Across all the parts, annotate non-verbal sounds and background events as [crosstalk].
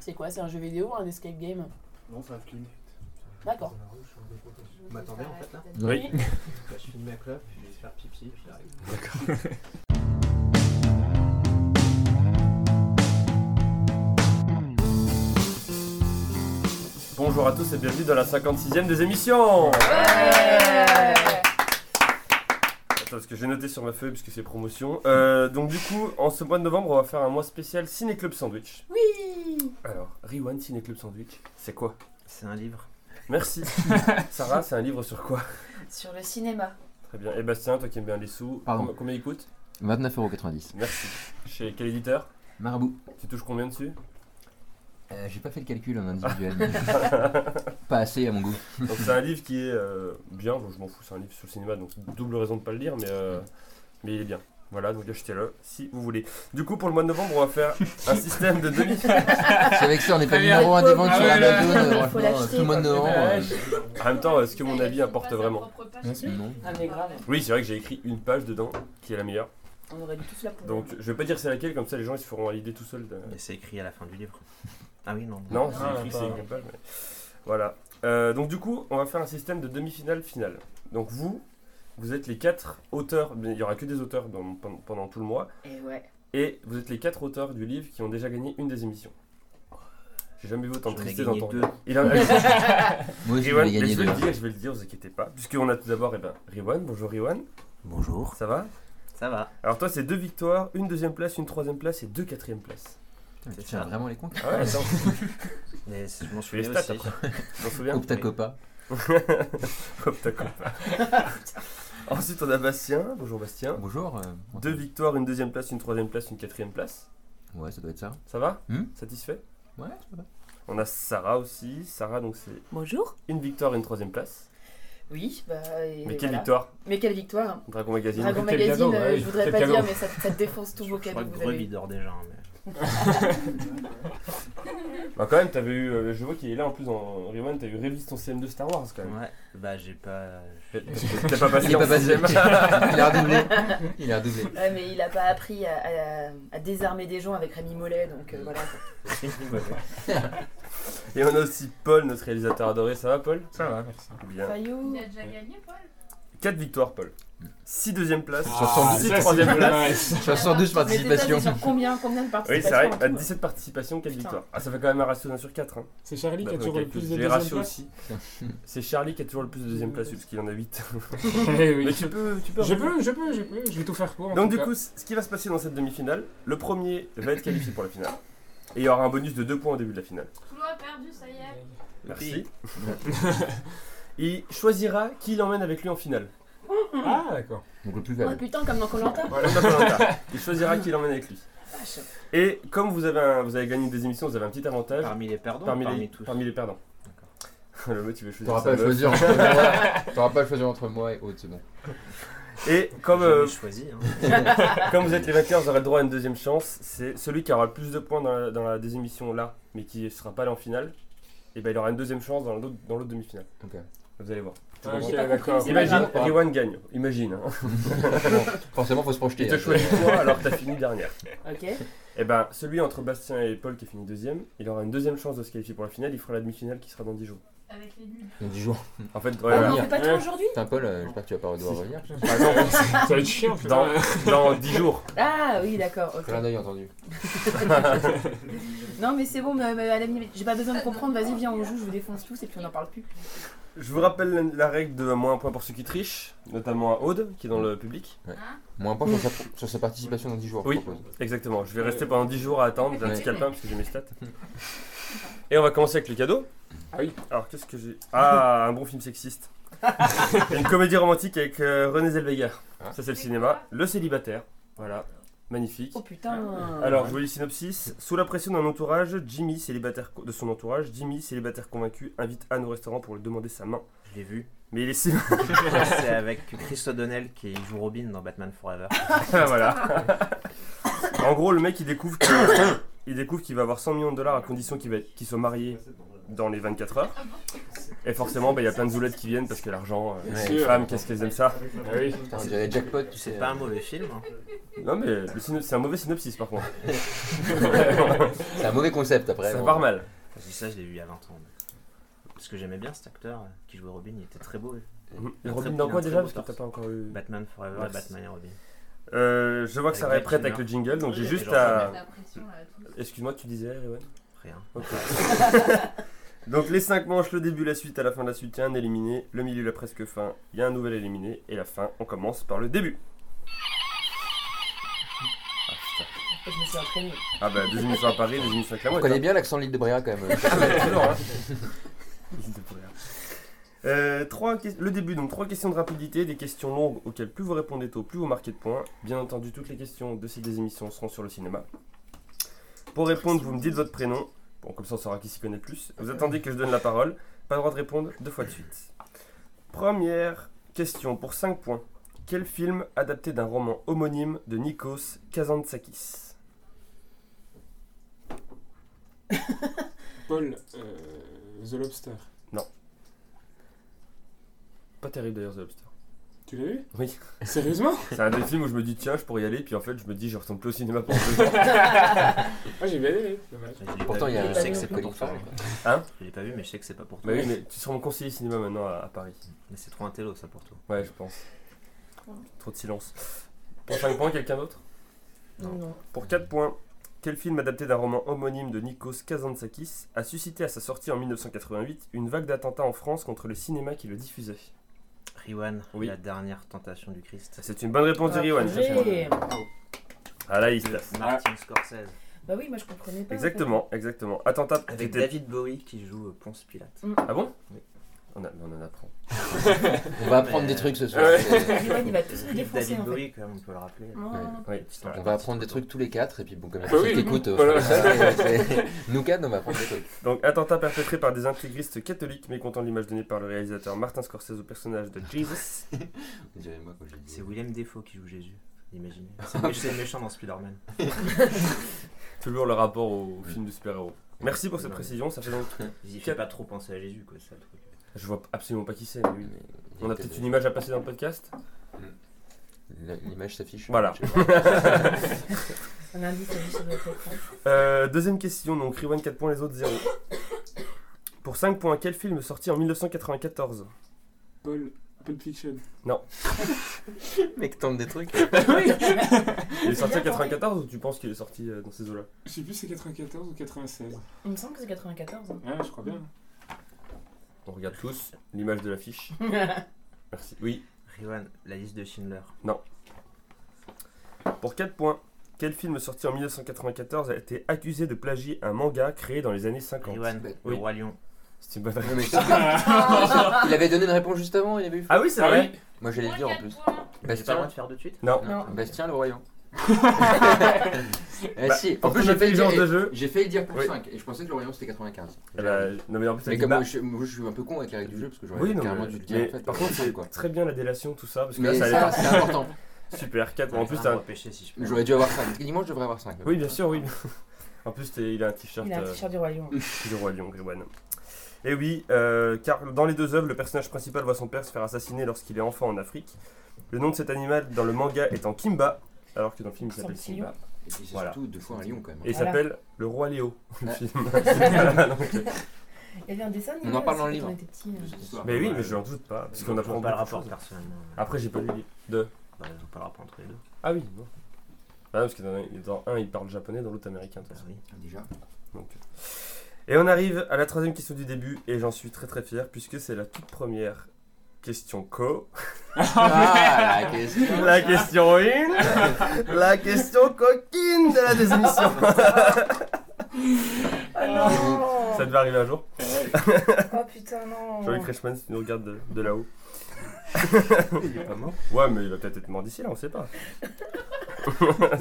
C'est quoi C'est un jeu vidéo ou un escape game Non, c'est un film. D'accord. Vous m'attendez en fait là Oui. Bah, [laughs] Je filme ma clope, je vais faire pipi, puis j'arrive. Bonjour à tous et bienvenue dans la 56e des émissions Attends, parce que j'ai noté sur ma feuille, puisque c'est promotion. Euh, donc du coup, en ce mois de novembre, on va faire un mois spécial Ciné Club Sandwich. Oui Alors, Rewind Ciné Club Sandwich, c'est quoi C'est un livre. Merci Sarah, c'est un livre sur quoi Sur le cinéma. Très bien. Et Bastien, toi qui aimes bien les sous, Pardon. com- combien il coûte 29,90€. Merci. Chez quel éditeur Marabout. Tu touches combien dessus Euh, J'ai pas fait le calcul hein, en individuel. [laughs] mais pas assez à mon goût. Donc c'est un livre qui est euh, bien, bon, je m'en fous, c'est un livre sur le cinéma, donc double raison de pas le lire, mais, euh, mais il est bien. Voilà, donc achetez-le si vous voulez. Du coup, pour le mois de novembre, on va [laughs] faire un système de demi. C'est avec ça, on n'est pas Très bien. numéro 1 des ventes Ah sur ouais, Amazon. là, là, euh, là, faut Franchement, l'acheter, tout le euh, mois de novembre. Ouais, En même temps, est-ce que mon avis importe vraiment euh, non. Ah mais grave, Oui, c'est vrai que j'ai écrit une page dedans qui est la meilleure. on aurait dû tous la pour. Donc je vais pas dire c'est laquelle, comme ça les gens ils se feront à l'idée tout seuls. de- Mais c'est écrit à la fin du livre. Ah oui, non. Non, c'est Non, écrit, pas. c'est écrit une page, mais- Voilà. Euh, donc du coup, on va faire un système de demi-finale finale. Donc vous, vous êtes les quatre auteurs, mais il y aura que des auteurs dans- pendant- pendant tout le mois. Et Eh ouais. Et vous êtes les quatre auteurs du livre qui ont déjà gagné une des émissions. J'ai jamais vu autant de J'en ai tristesse dans gagné ton deux. regard. Il en a- [laughs] Moi aussi, je Riwan, voulais mais gagner je vais deux. le dire, je vais le dire, vous inquiétez pas. Puisqu'on a tout d'abord eh ben, Riwan, bonjour Riwan, Bonjour. ça va Ça va. Alors toi c'est deux victoires, une deuxième place, une troisième place et deux quatrièmes places. Putain, mais Tu tiens vraiment les comptes Ah ouais, attends, Mais c'est- je m'en les souviens stats aussi. je [laughs] m'en souviens. [laughs] Opta Copa. Hop, ta copa. [laughs] Ensuite on a Bastien, bonjour Bastien. Bonjour. euh, Deux victoires, une deuxième place, une troisième place, une quatrième place. Ouais, ça doit être ça. Ça va Hmm Satisfait Ouais, ça va. On a Sarah aussi. Sarah donc c'est Bonjour. une victoire, une troisième place. Oui, bah. et Mais quelle voilà. victoire Mais quelle victoire hein. Dragon Magazine. Dragon Quel Magazine, cadeau, euh, ouais, je voudrais quel pas cadeau. dire, mais ça, ça défonce tous vos Je cadeaux crois que que vous avez. Grub il eus. dort déjà. hein, mais- Bah quand même, t'avais eu, euh, je vois qu'il est là en plus en Rewind, t'as eu révise ton CM2 Star Wars quand même. Ouais, bah j'ai pas. T'as [laughs] pas passé Il est en pas basé. sixième. Il a redoublé. Il a redoublé. [laughs] Ouais, mais il a pas appris à, à- à désarmer des gens avec Rémi Mollet, donc euh, voilà. [laughs] Et on a aussi Paul, notre réalisateur adoré. Ça va Paul Ça va, merci. Bien. Fayou. Il a déjà gagné, Paul 4 victoires Paul. 6 deuxième place, Ah, 6 ça, troisième c'est place. nice. 72 Mais c'est ça, c'est participations. sur combien, combien de participations Oui c'est vrai, en à tout 17 participations, 4 Putain. victoires. Ah ça fait quand même un ratio d'un sur 4. Hein. C'est Charlie Ah qui Bah, a toujours ouais, le plus de les deuxième ratios place. aussi. C'est Charlie qui a toujours le plus de deuxième place parce qu'il en a 8. Eh oui. Mais tu peux, tu peux. Je peux, je peux, je peux. Je vais tout faire pour. en Donc tout du cas. coup, c- ce qui va se passer dans cette demi-finale, le premier va être qualifié pour la finale. Et il y aura un bonus de 2 points au début de la finale. Flo a perdu, ça y est. Merci. [laughs] il choisira qui il emmène avec lui en finale. Ah, d'accord. Donc le plus Oh valable. putain, comme dans Colanta. Comme dans Koh-Lanta. Il choisira qui il emmène avec lui. Vache. Et comme vous avez, un- vous avez gagné des émissions, vous avez un petit avantage parmi, Parmi les perdants, parmi, les, tous. parmi les perdants. [laughs] Le mec, tu veux choisir. T'auras sa pas à meuf. choisir entre moi. T'auras pas à choisir entre moi et Aude, c'est bon. Et J'ai comme, euh, choisi. hein. comme vous êtes les vainqueurs, vous aurez le droit à une deuxième chance. C'est celui qui aura le plus de points dans la, dans la des émissions là, mais qui ne sera pas allé en finale, et ben il aura une deuxième chance dans l'autre dans l'autre demi-finale. Ok. Vous allez voir. Ah, bon. ok, J'ai pas compris, d'accord. C'est pas Imagine, grave. Riwan gagne. Imagine. hein. Forcément, faut se projeter. Il te choisit toi alors que t'as fini dernière. Ok. Et ben, celui entre Bastien et Paul qui a fini deuxième, il aura une deuxième chance de se qualifier pour la finale. Il fera la demi-finale qui sera dans 10 jours. Avec les nuls. On dit jour. En fait, Ah, voilà. mais on fait pas tout Hein Ouais. aujourd'hui Putain, Paul, euh, j'espère que tu vas pas devoir revenir. Par exemple, Ça va être chiant. putain. dans, dans 10 jours. Ah oui, d'accord, ok. Plein d'œil entendu. Non, mais c'est bon, mais, mais à la limite, j'ai pas besoin de comprendre. Vas-y, viens, on joue, je vous défonce tous et puis on en parle plus. Je vous rappelle la, la règle de moins un point pour ceux qui trichent, notamment à Aude qui est dans le public. Moins un point sur sa, sur sa participation dans 10 jours, Oui. je propose. Exactement. Je vais rester pendant 10 jours à attendre. J'ai un petit Ouais. calepin parce que j'ai mes stats. Et on va commencer avec le cadeau. Ah oui. Alors qu'est-ce que j'ai Ah, un bon film [laughs] sexiste. Une comédie romantique avec euh, René Zellweger. Ah. Ça c'est le cinéma. Le célibataire. Voilà. Magnifique. Oh putain. Alors, je vous lis le synopsis. Sous la pression d'un entourage, Jimmy, célibataire co- de son entourage, Jimmy, célibataire convaincu, invite Anne au restaurant pour lui demander sa main. Je l'ai [laughs] vu. Mais il est si C'est avec Chris O'Donnell qui joue Robin dans Batman Forever. [laughs] voilà. en gros, le mec, il découvre que- [coughs] il découvre qu'il va avoir 100 millions de dollars à condition qu'il va- qu'il soit marié dans les 24 heures. Et forcément, bah, il y a plein de zoulettes qui viennent parce que l'argent, euh, Ouais. les femmes, qu'est-ce qu'elles aiment ça Ah oui. euh, Putain, on dirait jackpot, tu sais. euh, C'est pas un mauvais film. hein. Non, mais le syno- c'est un mauvais synopsis par contre. C'est un mauvais concept après. ça bon. part mal. Je dis ça, je l'ai vu il y a 20 ans. mais- Parce que j'aimais bien cet acteur euh, qui jouait Robin, il était très beau. euh. Et Un Robin très- dans un quoi très déjà beau Parce que t'as torse. pas encore eu. Batman Forever Merci. et Batman et Robin. Euh, je vois que ça Avec répète Batman. avec le jingle, donc j'ai Oui, juste genre, à. La pression, là, tout. Excuse-moi, tu disais, Ewan Rien. Ok. [laughs] Donc les 5 manches, le début, la suite, à la fin, la suite, il y a un éliminé, le milieu, la presque fin, il y a un nouvel éliminé, et la fin, on commence par le début. Ah, putain. Je me suis entraînée. Ah bah, deux émissions à Paris, deux émissions à On Clermont. connaît et bien l'accent de l'île de Bréa quand même. ça- Toujours, hein. Il était pour rien. Euh, trois que- le début, donc trois questions de rapidité, des questions longues auxquelles plus vous répondez tôt, plus vous marquez de points. Bien entendu, toutes les questions de ces deux émissions seront sur le cinéma. Pour répondre, vous me dites votre prénom. Bon, comme ça, on saura qui s'y connaît le plus. Vous attendez que je donne la parole. Pas le droit de répondre deux fois de suite. Première question pour 5 points. Quel film adapté d'un roman homonyme de Nikos Kazantzakis Paul, euh, The Lobster. Pas terrible d'ailleurs, The Lobster. Tu l'as vu Oui. Sérieusement C'est un des films où je me dis tiens, je pourrais y aller, puis en fait, je me dis je retourne plus au cinéma pour [laughs] deux ans. Bah Ah, j'ai bien aimé. Dommage. Je l'ai pas Pourtant, vu, il y a mais Je sais que c'est pas Colin pour toi. Farrell, hein. Hein Je l'ai pas vu, mais je sais que c'est pas pour toi. Bah oui, mais tu seras mon conseiller cinéma maintenant à, à Paris. Mais c'est trop un télo ça pour toi. Ouais, je pense. Trop de silence. Pour 5 points, quelqu'un d'autre Non. Non. Pour 4 points, quel film adapté d'un roman homonyme de Nikos Kazantzakis a suscité à sa sortie en 1988 une vague d'attentats en France contre le cinéma qui le diffusait Riwan, Oui. la dernière tentation du Christ. Ah, C'est une bonne réponse d'Iriwan. Après, Ah là, il se De passe. Martin Scorsese. Bah oui, moi je comprenais pas. en fait. Exactement, exactement. Attentat. Ah. Avec t'étais- David Bowie qui joue euh, Ponce Pilate. Mm. Ah bon Oui. on, a- on en apprend. On va apprendre des trucs ce soir. c'est- Ewan, il va tous nous défoncer David en fait. Bowie, quand même, on peut le rappeler. Oh. Oui. Petite enquête. On va apprendre des trucs tous les quatre et puis bon comme la Bah personne oui, qui écoute, euh, [laughs] voilà. c'est- nous quatre on va apprendre des trucs. Donc, attentat perpétré par des intégristes catholiques mécontents de l'image donnée par le réalisateur Martin Scorsese au personnage de Jesus. On dirait moi quand j'ai dit. C'est William Defoe qui joue Jésus. [laughs] Imaginez. C'est le mé- c'est le méchant dans Spider-Man. Toujours le rapport au film de super-héros. Merci pour cette Ouais. précision, ça fait donc. Il fait pas trop penser à Jésus, quoi, ça le truc. Je vois absolument pas qui c'est. mais oui. Il On y a peut-être une image à passer dans le podcast La- L'image s'affiche. Voilà. Je sais pas. [laughs] Un indice à sur notre écran. Euh, Deuxième question, donc Rewind 4 points, les autres 0. Pour 5 points, quel film sorti en 1994 Paul, Pulp Fiction. Mec tente des [laughs] trucs. Il est sorti en 94 ou tu penses qu'il est sorti euh, dans ces eaux-là Je sais plus si c'est 94 ou 96. Il me semble que c'est 94. hein. Ah, je crois bien. On regarde tous l'image de l'affiche. Merci. Oui. Riwan, la liste de Schindler. Pour 4 points, quel film sorti en 1994 a été accusé de plagier un manga créé dans les années 50 Riwan, Oui. Bah, le roi lion. C'est une bonne Non, mais réponse. je sais [laughs] pas. il avait donné une réponse juste avant, il avait eu. Ah oui, c'est Ah vrai Moi j'allais le dire en plus. [laughs] J'ai pas le droit Bastien. de faire de suite Non. Non. Bastien [laughs] le royaume. Eh Bah, si, en pour plus ton j'ai failli dire. intelligence de jeu. J'ai failli dire pour Oui. 5 et je pensais que le royaume c'était 95. Eh ben, non mais en plus, Mais ça comme dit- moi, je, moi, je suis un peu con avec les règles du jeu parce que j'aurais Oui, non, carrément mais, dû le mais dire en fait. par contre, c'est quoi. très bien la délation, tout ça, parce que Mais là, ça, ça a c'est important. l'air super 4. En plus, ça t'as... va pêcher si je peux. J'aurais dû avoir 5. Dimanche, je devrais avoir 5. Oui, bien sûr, oui. En plus, t'es- il a un t-shirt Il a un euh, t-shirt du royaume. du roi lion, Gréwan. Et oui, euh, car dans les deux œuvres, le personnage principal voit son père se faire assassiner lorsqu'il est enfant en Afrique. Le nom de cet animal dans le manga est en Kimba, alors que dans le film, il C'est un s'appelle petit Simba. Et puis c'est Voilà. surtout deux fois un lion quand même. Hein. Et il Voilà. s'appelle le roi Léo. le Ouais. film. [laughs] Voilà, donc, Il y avait un dessin animé On en parle dans le aussi quand livre. on était petits, euh. [laughs] mais oui, Ouais. mais je n'en doute pas, parce qu'on Je vois apprend pas le beaucoup de rapport choses. personnellement. Après, j'ai pas lu les deux. Bah, je vois pas le rapport entre les deux. Ah oui, non. Ah, parce que dans, dans un, il parle japonais, dans l'autre américain. de toute Bah façon. [laughs] oui. Déjà. Donc, euh. Et on arrive à la troisième question du début, et j'en suis très très fier, puisque c'est la toute première question co. Ah, la question. La question in La question coquine de la désémission Oh, [laughs] Ça devait arriver un jour. oh putain, non. Jean-Luc Reichmann, si tu nous regardes de, de là-haut. [laughs] Il est pas mort. Ouais, mais il va peut-être être mort d'ici là, on sait pas. [laughs]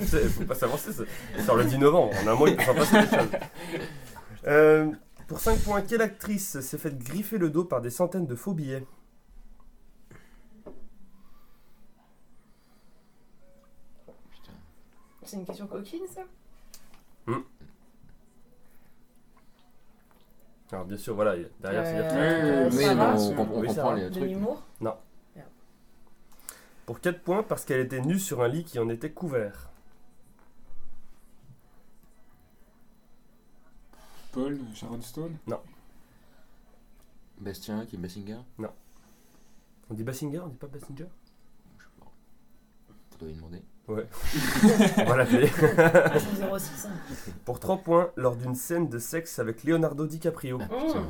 C'est- faut pas s'avancer, c'est- il sort le 10 novembre, en un mois il peut s'en passer des choses. Euh, pour 5 points, quelle actrice s'est faite griffer le dos par des centaines de faux billets Putain. C'est une question coquine ça Alors bien sûr, voilà, il y a- derrière c'est Euh, Euh, Oui, ça mais va on, on, on Oui, ça comprend va. les De trucs. l'humour Pour 4 points, parce qu'elle était nue sur un lit qui en était couvert. Paul, Sharon Stone. Bastien, qui est Bassinger On dit Bassinger, on dit [laughs] pas Bassinger Je sais pas. Faudrait lui demander. On va l'appeler. 06. Pour 3 points, lors d'une scène de sexe avec Leonardo DiCaprio. Ah, putain.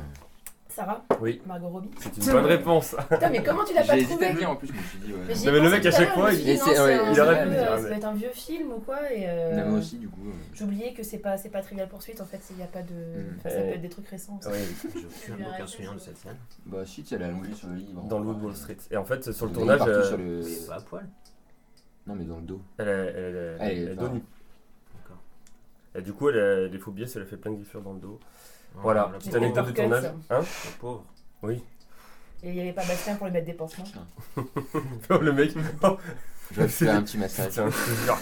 Sarah Oui. Margot Robbie [laughs] C'est une bonne réponse. Putain, mais comment tu l'as pas J'ai hésité à le trouvé dire en plus, je me suis dit, ouais. j'y ai Non, mais le pensé mec, à tout chaque l'heure, fois, je me suis il- dit, Et c'est- non, ouais, c'est un il aurait vieux, pu le dire, euh, mais- Ça doit être un vieux film ou quoi et euh, Non, moi aussi, du coup. euh, J'oubliais que c'est pas, c'est pas Trivial Poursuite en fait, il y a pas de. Mm. enfin, ça peut Euh, être des trucs récents. aussi. Oui, J'ai aucun, aucun souvenir de cette scène. Bah, si, tu sais, elle est allongée sur le lit. dans le Wall Street. Et en fait, sur le bah. Il est tournage, partout euh, sur le- Elle est pas à poil. Non, mais dans le dos. elle, elle, elle, elle- Elle Ah, est elle est pas- dos nu. D'accord. Et du coup, elle a des faux biais, ça lui fait plein de griffures dans le dos. Non, Voilà, la petite Mais anecdote pauvre, de Parker, tournage. Hein la pauvre. Et il y avait pas Bastien pour lui mettre des pansements. [laughs] Oh, le mec, oh, Je vais faire un [laughs] petit massage. putain, je te jure.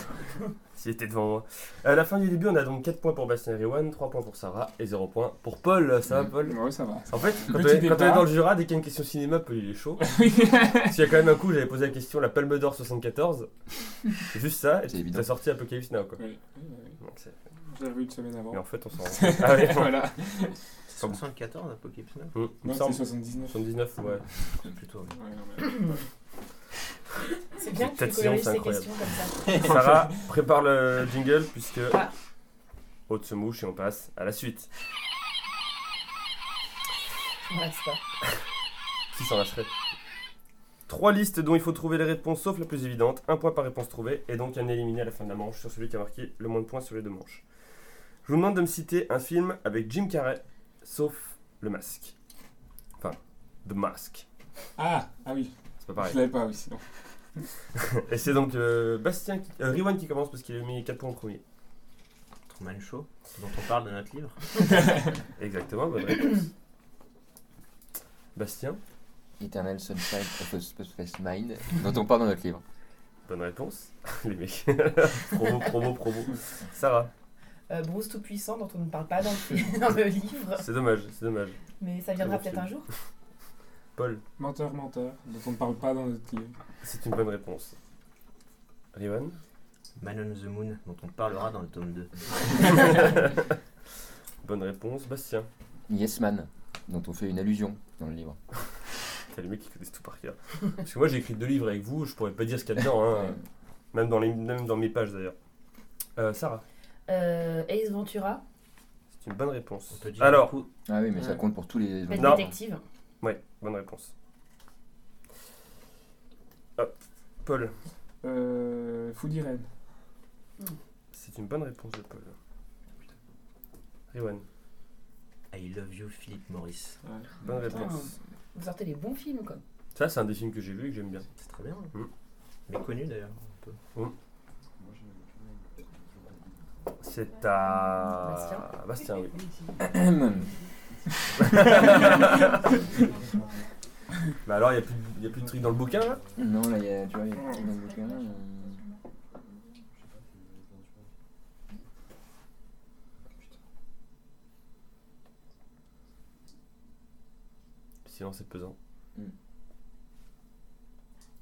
S'il était devant moi. À la fin du début, on a donc 4 points pour Bastien Rewan, 3 points pour Sarah et 0 points pour Paul. Ça va, Mhm. Mm. Paul Ouais, ça va. En fait, quand on, Petit est, quand on est départ. dans le Jura, dès qu'il y a une question cinéma, Paul il [laughs] est chaud. S'il y a quand même un coup, j'avais posé la question la Palme [laughs] d'Or 74. Juste ça, et C'est évident. t'as sorti Apocalypse Now quoi. Oui, oui, oui. Donc, c'est- J'avais vu une semaine avant. Mais en fait, [laughs] on s'en rend Ah ouais, voilà. [laughs] voilà. C'est 74 Apocalypse Now Hum, il me Non, semble. c'était 79. 79, ouais. Plutôt. Ouais, non, mais- C'est bien Cette que tu colorises séance, ces incroyable. questions comme ça. [laughs] Sarah, prépare le jingle puisque Ah. Haute se mouche et on passe à la suite. Ouais, c'est pas. Qui s'en lâcherait Trois listes dont il faut trouver les réponses sauf la plus évidente, un point par réponse trouvée et donc un éliminé à la fin de la manche sur celui qui a marqué le moins de points sur les deux manches. Je vous demande de me citer un film avec Jim Carrey sauf le masque. Enfin, The Mask. Ah, ah oui, C'est pas je [laughs] pareil. l'avais pas aussi. non. Et c'est donc euh, Bastien qui, euh, Rewan qui commence parce qu'il a mis 4 points en premier. Truman Show, dont on parle dans notre livre. Exactement, bonne réponse. Bastien, Eternal Sunshine of the Spotless Mind, dont on parle dans notre livre. bonne réponse. [laughs] Les mecs. promo, promo, promo. Sarah, Euh, Bruce Tout-Puissant, dont on ne parle pas dans le, [laughs] dans le livre, c'est dommage, c'est dommage. mais ça viendra Très bon peut-être un jour. Paul, Menteur, menteur, dont on ne parle pas dans notre livre. C'est une bonne réponse. Rivan Man on the Moon, dont on parlera dans le tome 2. [laughs] Bonne réponse. Bastien Yes Man, dont on fait une allusion dans le livre. T'as les mecs qui connaissent tout par cœur. Parce que moi j'ai écrit deux livres avec vous, je pourrais pas dire ce qu'il y a dedans, hein. même, dans les, même dans mes pages d'ailleurs. Euh, Sarah Euh, Ace Ventura, C'est une bonne réponse. On peut dire Alors, beaucoup. Ah oui, mais ça compte pour tous les. Pet Non. Détective. ouais, bonne réponse. Hop. Paul Euh, Food Irene. C'est une bonne réponse de Paul. Riwan I love you, Philippe Maurice. Ouais. Bonne Putain. réponse. Vous sortez les bons films, quoi. Ça, c'est un des films que j'ai vu et que j'aime bien. C'est très bien. hein. Mm. Mais connu d'ailleurs, un peu. C'est à. Bastien. Ah, [laughs] oui. Bah alors, il n'y a, plus de- y a plus de trucs dans le bouquin là [coughs] non, là, il y a, tu vois, il y a tout dans le bouquin, euh, Silence est pesant.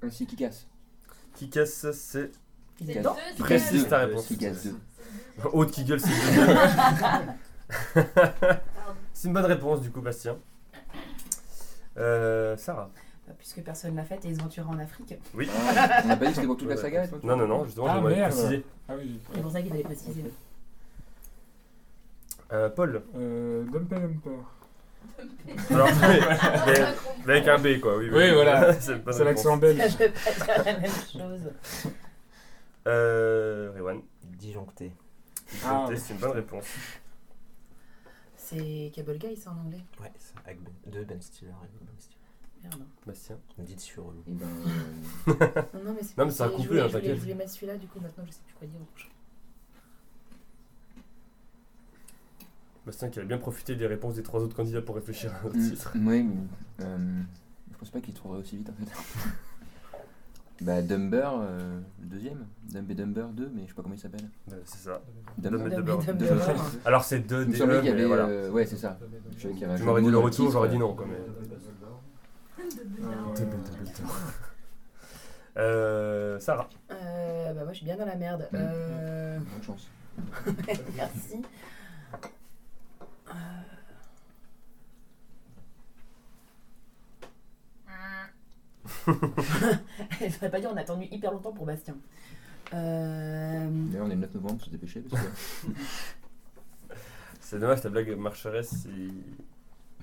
Ainsi qui casse. Qui casse, c'est. [laughs] Il C'est est le dedans. deuxième. Précise ta Euh, réponse. Qui casse 2. Haute qui gueule, c'est une bonne C'est une bonne réponse du coup, Bastien. Euh, Sarah Bah, Puisque personne l'a fait, Ace Ventura en Afrique. Ah, on n'a pas dit que c'était pour toute la saga et toi tu- Non, non, non, justement, Ah, j'aimerais merde. préciser. Ah oui, C'est pour ça qu'il avait précisé. Euh, [laughs] Paul euh, Dump and Dumper. Alors, mais, Ah, mais avec un B quoi, oui. Oui, voilà. [laughs] c'est une bonne C'est l'accent réponse. belge. Je peux [laughs] pas dire la même chose. Euh, Rewan, Disjoncté. Ah, c'est ouais. c'est une bonne réponse. C'est Cable Guy, ça en anglais. Ouais, c'est avec ben, de Ben Stiller. et Ben Stiller. Merde. Bastien Dites sur relou. Eh ben, euh, Non, non, mais c'est Non, mais ça a je coupé, voulais- hein, je voulais- t'inquiète. Je voulais mettre celui-là, du coup, maintenant je sais plus quoi dire. Bastien qui a bien profité des réponses des trois autres candidats pour réfléchir à un autre titre. Mm, Oui, mais euh, je pense pas qu'il trouverait aussi vite en fait. [laughs] bah, Dumber, euh, le deuxième. Dumb et Dumber 2, mais je sais pas comment il s'appelle. Euh, C'est ça. Dumber. Dumb et Dumb et Dumber. Dumber. Alors c'est deux Il me des semblait E, qu'il y mais avait. voilà. euh, ouais, c'est ça. Je savais qu'il y avait un Tu jeu m'aurais de dit le mots dans retour, titre, j'aurais euh, dit non quand même. Ah, Euh, Sarah. Euh, bah moi je suis bien dans la Mm. merde. Euh... [laughs] Bonne chance. Merci. [laughs] Je voudrais Euh. pas dire, on a attendu hyper longtemps pour Bastien. Euh, D'ailleurs, on est le 9 novembre, se dépêcher. Parce Ah que... C'est dommage, ta blague marcherait si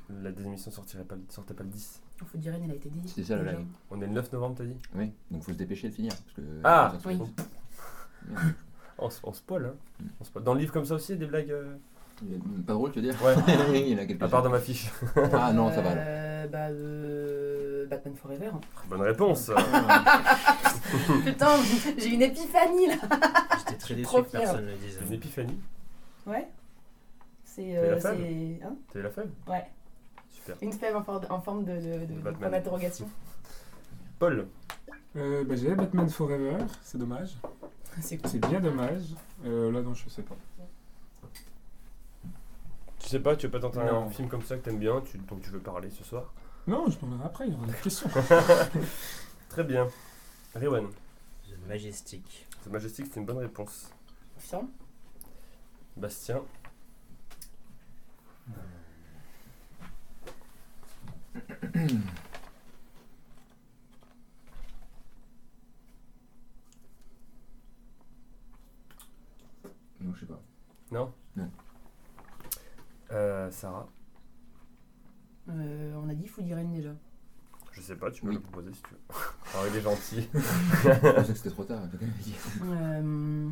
la désémission sortirait pas, sortait pas le 10. faut dire, elle a été dit. C'était ça, la déjà. blague. On est le 9 novembre, t'as dit Oui, donc faut se dépêcher de finir. Parce que euh, Ah, Parce que- oui. Merde. On, se- on se poil, hein. On se poil. Dans le livre comme ça aussi, il y a des blagues. euh, Il est Pas drôle, tu [laughs] veux dire [laughs] Ouais, Il y en a quelques à part dans ma fiche. Ah non, ça va. alors. Euh, bah, euh, Batman Forever. Bonne [laughs] réponse. Putain, [laughs] j'ai une épiphanie là. Ah, J'étais très trop déçu que fière. personne ne le dise. hein. Une épiphanie. Ouais. C'est. Mais la euh, femme c'est- hein T'as eu la fève Ouais. Super. Une fève en, for- en forme de, de, de- de Batman. point d'interrogation. Paul, Euh, bah, j'avais Batman Forever, c'est dommage. [laughs] C'est C'est bien dommage. Euh, là, non, je sais pas. tu sais pas, tu veux pas tenter un Non. film comme ça que t'aimes bien, tu, donc tu veux parler ce soir Non, je parlerai après, il y aura des questions. Très bien. Rewan, The Majestic. The Majestic, c'est une bonne réponse. Confirme. Bastien, Non, je sais pas. euh, Sarah, Euh, on a dit Food Irene déjà. je sais pas, tu peux Oui. le proposer si tu veux. [laughs] Alors il est gentil. Je pensais que c'était trop tard. [laughs] Euh...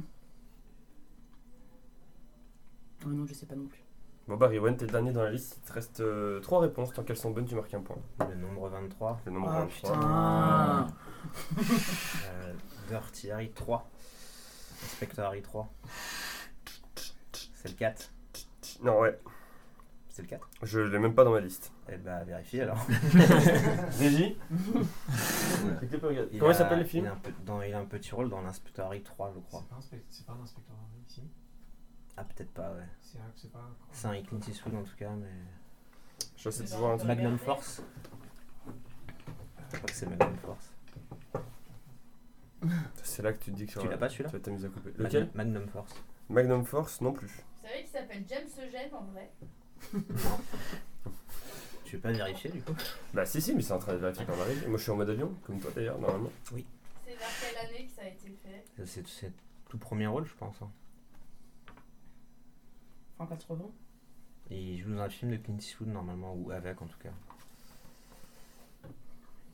Ah non, je sais pas non plus. Bon bah Rewan, t'es le dernier dans la liste, il te reste 3 réponses, tant qu'elles sont bonnes, tu marques un point. Le nombre 23. Le nombre Ah, 23. putain. Euh, Dirty Harry 3. Inspector Harry 3. C'est le 4. Non ouais, C'est le 4 je l'ai même pas dans ma liste. Eh bah vérifiez alors. [laughs] Régie Oula. Comment a- il s'appelle le il a, film un pe- dans- il a un petit rôle dans l'Inspector Harry 3 je crois. C'est pas, un spect- c'est pas un inspecteur Harry, ici Ah peut-être pas ouais. C'est un- c'est pas un- C'est un Clint Eastwood en tout cas mais... Je sais toujours un truc. Magnum Force Je crois que c'est Magnum Force. C'est là que tu te dis que Tu l'as pas celui-là tu vas t'amuser à couper. Lequel Magnum Magnum Force. Magnum Force non plus. Vous savez qu'il s'appelle James Eugène en vrai Tu veux pas vérifier du coup Bah si si mais c'est en train de vérifier par la régie. Moi je suis en mode avion, comme toi d'ailleurs normalement. C'est vers quelle année que ça a été fait Euh, C'est c'est tout premier rôle je pense. hein. Fin 80 Et il joue dans un film de Clint Eastwood normalement, ou avec en tout cas.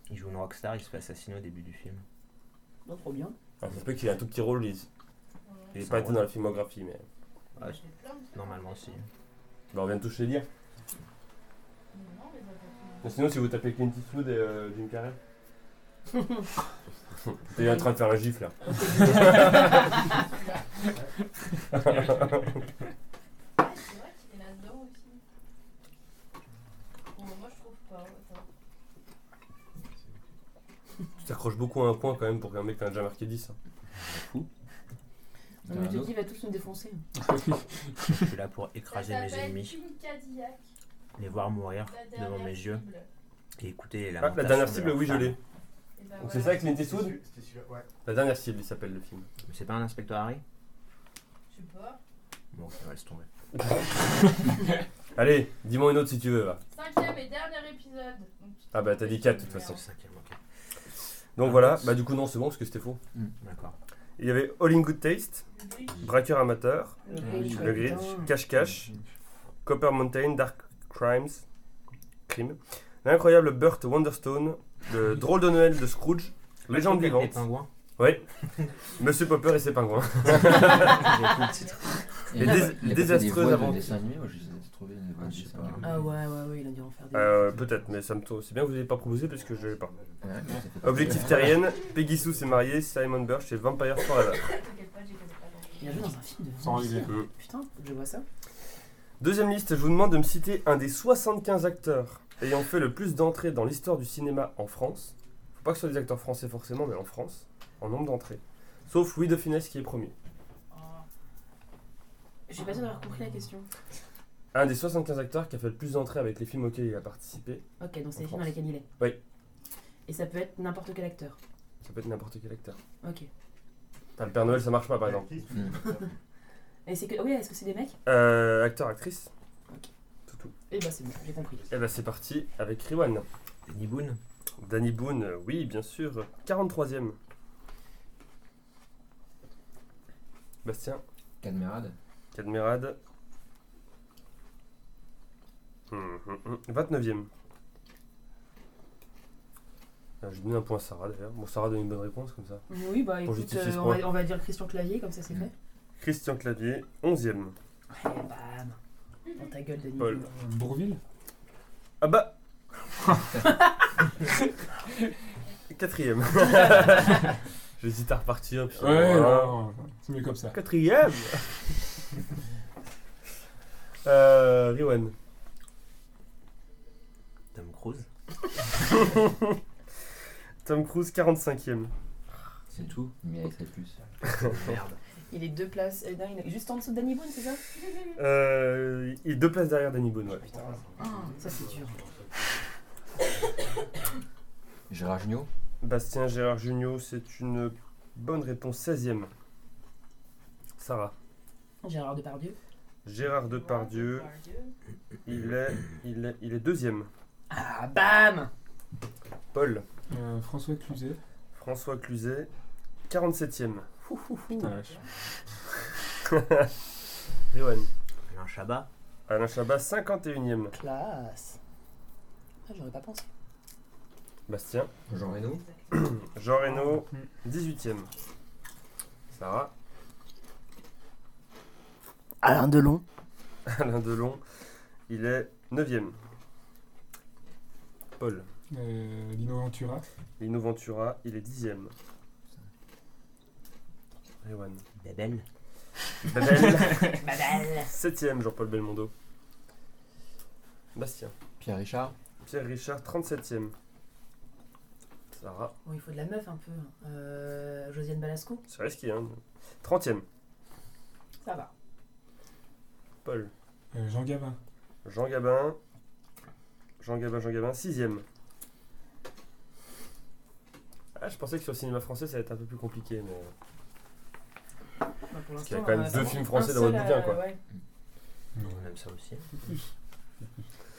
Il joue une rockstar, il se fait assassiner au début du film. Non, Oh, trop bien. Ah, ça se peut qu'il ait un tout petit rôle, il n'est pas été dans la filmographie mais... Ouais, J'ai plein de trucs. normalement si. Bah on vient de toucher les liens. Non, mais ça fait- Sinon si vous tapez Clint Eastwood et euh, Jim Carrey... T'es en train de faire un gif là. Ah, c'est vrai qu'il est là-dedans aussi. Bon, moi je trouve pas. Attends. Tu t'accroches beaucoup à un point quand même pour qu'un mec t'en ait déjà marqué 10. hein. Non, mais je te dis, il va tous nous défoncer. Je suis là pour Ça écraser mes s'appelle ennemis, Kim Cadillac, les voir mourir la devant dernière mes yeux cible. et écouter les Ah, lamentations la dernière de cible, leurs oui je femmes. l'ai. Et ben Donc voilà. c'est ça Clint Eastwood celui- C'était celui-là, ouais. La dernière cible il s'appelle le film. Mais C'est pas un inspecteur Harry Je sais pas. Bon, ça va laisse tomber. Allez, dis-moi une autre si tu veux va. Cinquième et dernier épisode. Donc, tu te Ah bah, t'as dit quatre, de toute merde. C'est façon. le cinquième, ok. Donc Ah, voilà, mince. bah du coup non c'est bon parce que c'était faux. D'accord. Il y avait All in Good Taste, Le bridge. Braqueur Amateur, Le oui, Grinch, le ouais, Le Grinch, putain. Cash Cash, Copper Mountain, Dark Crimes, Crime, L'incroyable Burt Wonderstone, [laughs] Le drôle de Noël de Scrooge, Légende Avec les vivante, [laughs] pingouins. ouais, Monsieur Popper et ses pingouins, Les dés- les désastreuses avant. aventures. Des dessins animés, moi, je les ai euh, trouvés. des voix de je sais dessins pas. animés. Ah ouais, ouais, ouais, il a dû en faire des. Euh, peut-être mais ça me tourne, c'est bien que vous n'avez pas proposé parce que je l'ai pas. Ouais, mais ça fait pas [laughs] Objectif terrienne, Peggy Sue s'est mariée, Simon Birch et Vampire Forever. T'inquiète pas, j'ai connais pas. Il a joué dans un film de. Sans rivière. Mm. Putain, faut que je vois ça. Deuxième liste, je vous demande de me citer un des 75 acteurs ayant fait le plus d'entrées dans l'histoire du cinéma en France. Faut pas que ce soit des acteurs français forcément, mais en France, en nombre d'entrées. Sauf Louis de Funès qui est premier. Je suis pas sûre d'avoir compris la question. Un des 75 acteurs qui a fait le plus d'entrées avec les films auxquels il a participé. Ok, donc c'est les films dans En France. lesquels il est. Oui. Et ça peut être n'importe quel acteur. Ça peut être n'importe quel acteur. Ok. Enfin, le Père Noël, ça marche pas par exemple. Mm. Et c'est que. Oui, est-ce que c'est des mecs Euh, acteur, actrice. Et bah c'est bon, j'ai compris. Eh ben c'est parti avec Riwan. Niboun Danny Boone, euh, oui, bien sûr. 43ème. Bastien, Cadmerade. Cadmerade. Hum, hum, hum. 29ème. Ah, je donne un point à Sarah d'ailleurs. Bon, Sarah donne une bonne réponse comme ça. Oui, bah Pour écoute, justifier euh, ce on, point. va, on va dire Christian Clavier, comme ça c'est fait. Christian Clavier, 11ème. Mm. Ouais, bam. Dans ta gueule, Denis. Paul. Euh, Bourville Ah bah [laughs] Quatrième. [laughs] J'hésite à repartir. puis- Ouais, Voilà. non, c'est mieux comme ça. Quatrième [laughs] euh, Riwan. Tom Cruise Tom Cruise, 45ème. C'est tout, mais avec les plus. Merde. Il est deux places, euh, non, il est juste en dessous de Danny Boone, c'est ça Euh, il est deux places derrière Danny Boone, ouais. Ah, Ça c'est dur. Gérard Jugnot. Bastien Gérard Junio, c'est une bonne réponse. 16ème. Sarah. Gérard Depardieu. Gérard Depardieu, il est, il est, il est deuxième. Ah, bam Paul. Euh, François Cluzet. François Cluzet, 47ème. Putain, la vache. [laughs] Riwan. Alain Chabat Alain Chabat, 51ème. Classe. Ah, j'aurais pas pensé. Bastien. Jean Reno. Jean Reno, 18ème. Sarah. [laughs] Alain Delon. Alain Delon, il est 9ème. Paul. Euh, Lino Ventura. Lino Ventura, il est 10ème. Rewan. Bebel Babel, Bah, Babel 7ème, Jean-Paul Belmondo. Bastien. Pierre Richard. Pierre Richard, 37ème. Sarah, Bon, Oh, il faut de la meuf un peu. Euh, Josiane Balasco c'est risqué, hein. 30ème. Ça va. Paul. Euh, Jean Gabin. Jean Gabin. Jean Gabin, Jean Gabin, 6ème. Ah, je pensais que sur le cinéma français ça allait être un peu plus compliqué, mais. euh, Bah, pour Parce qu'il y a l'instant, quand même euh, deux c'est films bon. français Un dans votre seul, bouquin, euh, quoi. Ouais, Même ça aussi.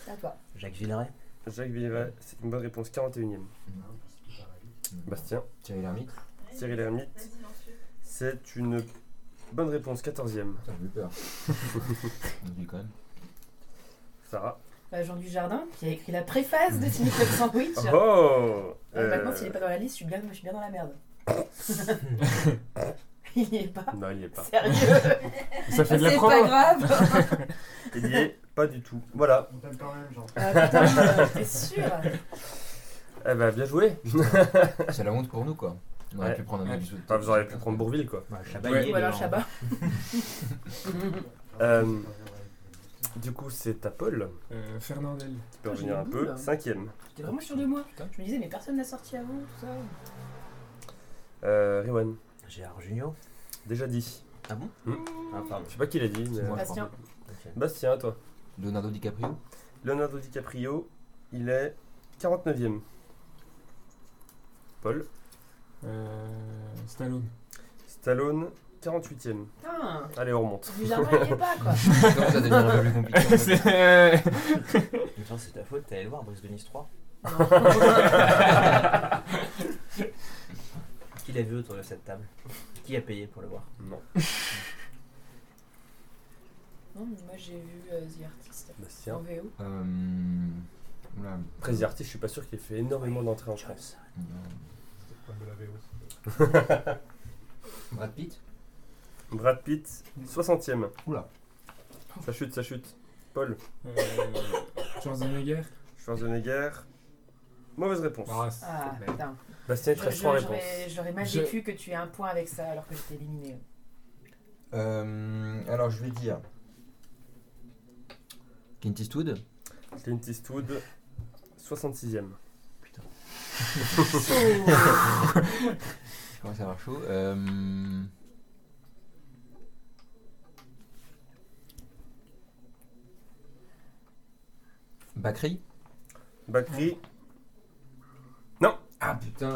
c'est à toi. Jacques Villeray Jacques Villeray, c'est une bonne réponse, 41ème. Bastien, Thierry Lhermitte. Cyril Hermite, Vas-y, lance-le. c'est une bonne réponse, 14ème. Putain, j'ai eu [laughs] peur. On dit quand même. Sarah. Bah, Jean Dujardin, qui a écrit la préface de Ciné Club [laughs] Sandwich. Oh Euh, Maintenant, Euh, s'il est pas dans la liste, je suis bien, je suis bien dans la merde. il n'y est pas. Non, il y est pas. Sérieux Ça fait de la C'est promo. pas grave [laughs] Il y est pas du tout. Voilà. On t'aime quand même, genre. Ah, putain, T'es sûr Eh ben, bien joué. C'est la honte pour nous, quoi. On aurait Ouais. pu prendre un Ouais. bisou. Enfin, vous auriez pu prendre Bourville, quoi. bah, Chabat Ouais. il est Ou alors devant. Chabat. Euh, Du coup, c'est à Paul. Euh, Fernandel. Tu peux Ah, j'ai revenir des un boules, peu. là. Cinquième. J'étais vraiment sûr de moi. Je me disais, mais personne n'a sorti avant, tout ça. Euh, Rewan, Gérard Jugnot déjà dit. Ah bon Hmm. Ah pardon. Je sais pas qui l'a dit, mais... euh, C'est moi. Bastien, Ok. Bastien, à toi. Leonardo DiCaprio. [laughs] Leonardo DiCaprio, il est 49ème. Paul. Euh, Stallone. Stallone, putain 48ème. Allez, on [laughs] remonte. Dujardin, il n'y est pas, quoi Comme ça devient un peu plus compliqué. en fait. Putain, c'est ta faute, t'es allé le voir Bruce de Nice 3 [laughs] Qui l'a vu autour de cette table Qui a payé pour le voir Non. Non, mais moi, j'ai vu euh, The Artist en Bastien. VO. Euh, oula. Après The Artist, je suis pas sûr qu'il ait fait énormément d'entrées en France. Comme de la VO. Brad Pitt. Brad Pitt, 60ème. Oula. Ça chute, ça chute. Paul. Euh, Schwarzenegger. Schwarzenegger. Mauvaise réponse. Ah, c'est- Ah, c'est putain. Bastien, il te Je- reste 3 je- réponses. J'aurais j'aurais mal Je- vécu que tu aies un point avec ça alors que j'étais éliminée. Euh, alors, je vais dire. Clint Eastwood. Clint Eastwood, 66ème. bah Je commence à avoir chaud. Euh, Bakri. Bakri. Ah putain.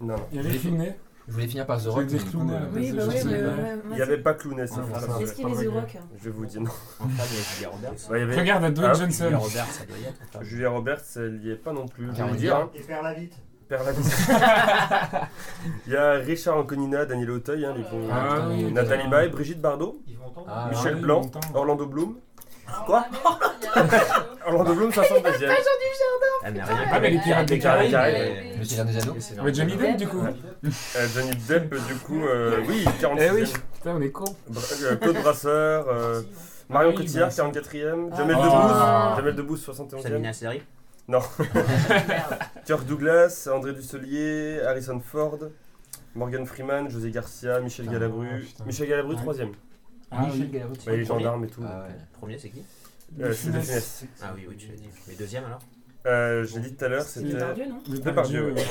Non, non. Eric Finet. Je voulais finir par The Je Rock. vais dire mais du coup, Clooney, là, euh, mais Oui, c'est bah oui, gentil, mais ouais. ouais, Il moi, n'y avait pas Clooney, Non, ça. ça c'est- va. Qu'est-ce qu'il est The Rock Je Je vous dis non. En femme, il y a Julia Roberts. Ouais, il y avait- Regarde à Dwayne Ah, Johnson. Julia Roberts, ça doit y être. en femme. Julia Roberts, elle n'y est pas non plus. Je vais Caroline vous dire, hein, Et faire la vite. Perla [laughs] Il y a Richard Anconina, Daniel Auteuil, hein, les bons. Ah, putain, oui, il y a- Nathalie Baye, Brigitte Bardot, Ils vont entendre. Ah, Michel oui, Blanc, longtemps. Orlando Bloom. Alors, Quoi on a même s'il y a un photo. Orlando Bloom, 62 e Ah, mais rien Ah, mais les que- pirates des Les Caraïbes, Caraïbes. euh, Le Seigneur des Anneaux. c'est Mais Johnny Depp, du coup. Euh, Johnny Depp, du coup, [laughs] euh, oui, 46 Eh oui. Putain, on est con. Claude Brasseur, euh, Marion Ah oui, Cotillard, bah, 44 e Ah, Jamel ah. Debbouze, Jamel Debbouze, 71 e Samina Seri. Kirk Douglas, André Dusselier, Harrison Ford, Morgan Freeman, José Garcia, Michel Putain, oh, Galabru. putain. Michel Galabru, Ouais. 3 e Ah, Michel oui. Galabru, tu bah, Les vois. gendarmes et tout. Ah ouais. Premier, c'est qui Euh, c'est de Funès. Ah oui, oui, tu l'as dit. Mais deuxième alors Euh, je l'ai dit tout à l'heure, C'est c'était Depardieu, non Le Depardieu, Pardieu.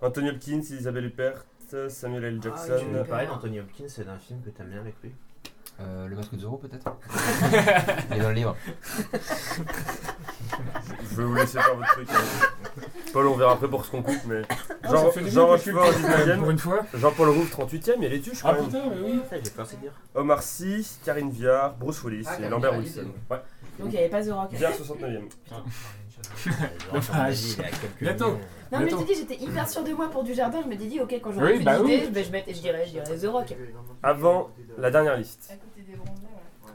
Anthony Hopkins, Isabelle Huppert, Samuel L. Tu Jackson. me parlais d'Anthony Hopkins, c'est d'un film que t'aimes bien avec lui. Euh, le masque de Zorro peut-être Il est dans le livre. je vais vous laisser faire votre truc. hein. Paul, on verra après pour ce qu'on coupe, mais. Jean, fait du bien Jean parce que- Rochefort, Pour 19ème. une fois. Jean-Paul Rouve, 38ème, il y a les tuches Ah quand même. putain, mais oui. Ça, J'ai peur, c'est dire. Omar Sy, Karine Viard, Bruce Willis Ah, et Karine Lambert Viard, Wilson. il Ouais. Donc il n'y avait pas The Rock. Viard, 69ème. Genre, à mon avis, il est à quelques Bientôt. millions. Non, mais je Attends. te dis, j'étais hyper sûre de moi pour du jardin. Je me dis, ok, quand Oui, j'aurai plus bah d'idées, oui. je vais- je, mettais- je dirais, je dirais The Rock. Avant La dernière liste. À côté des bronzés, ouais.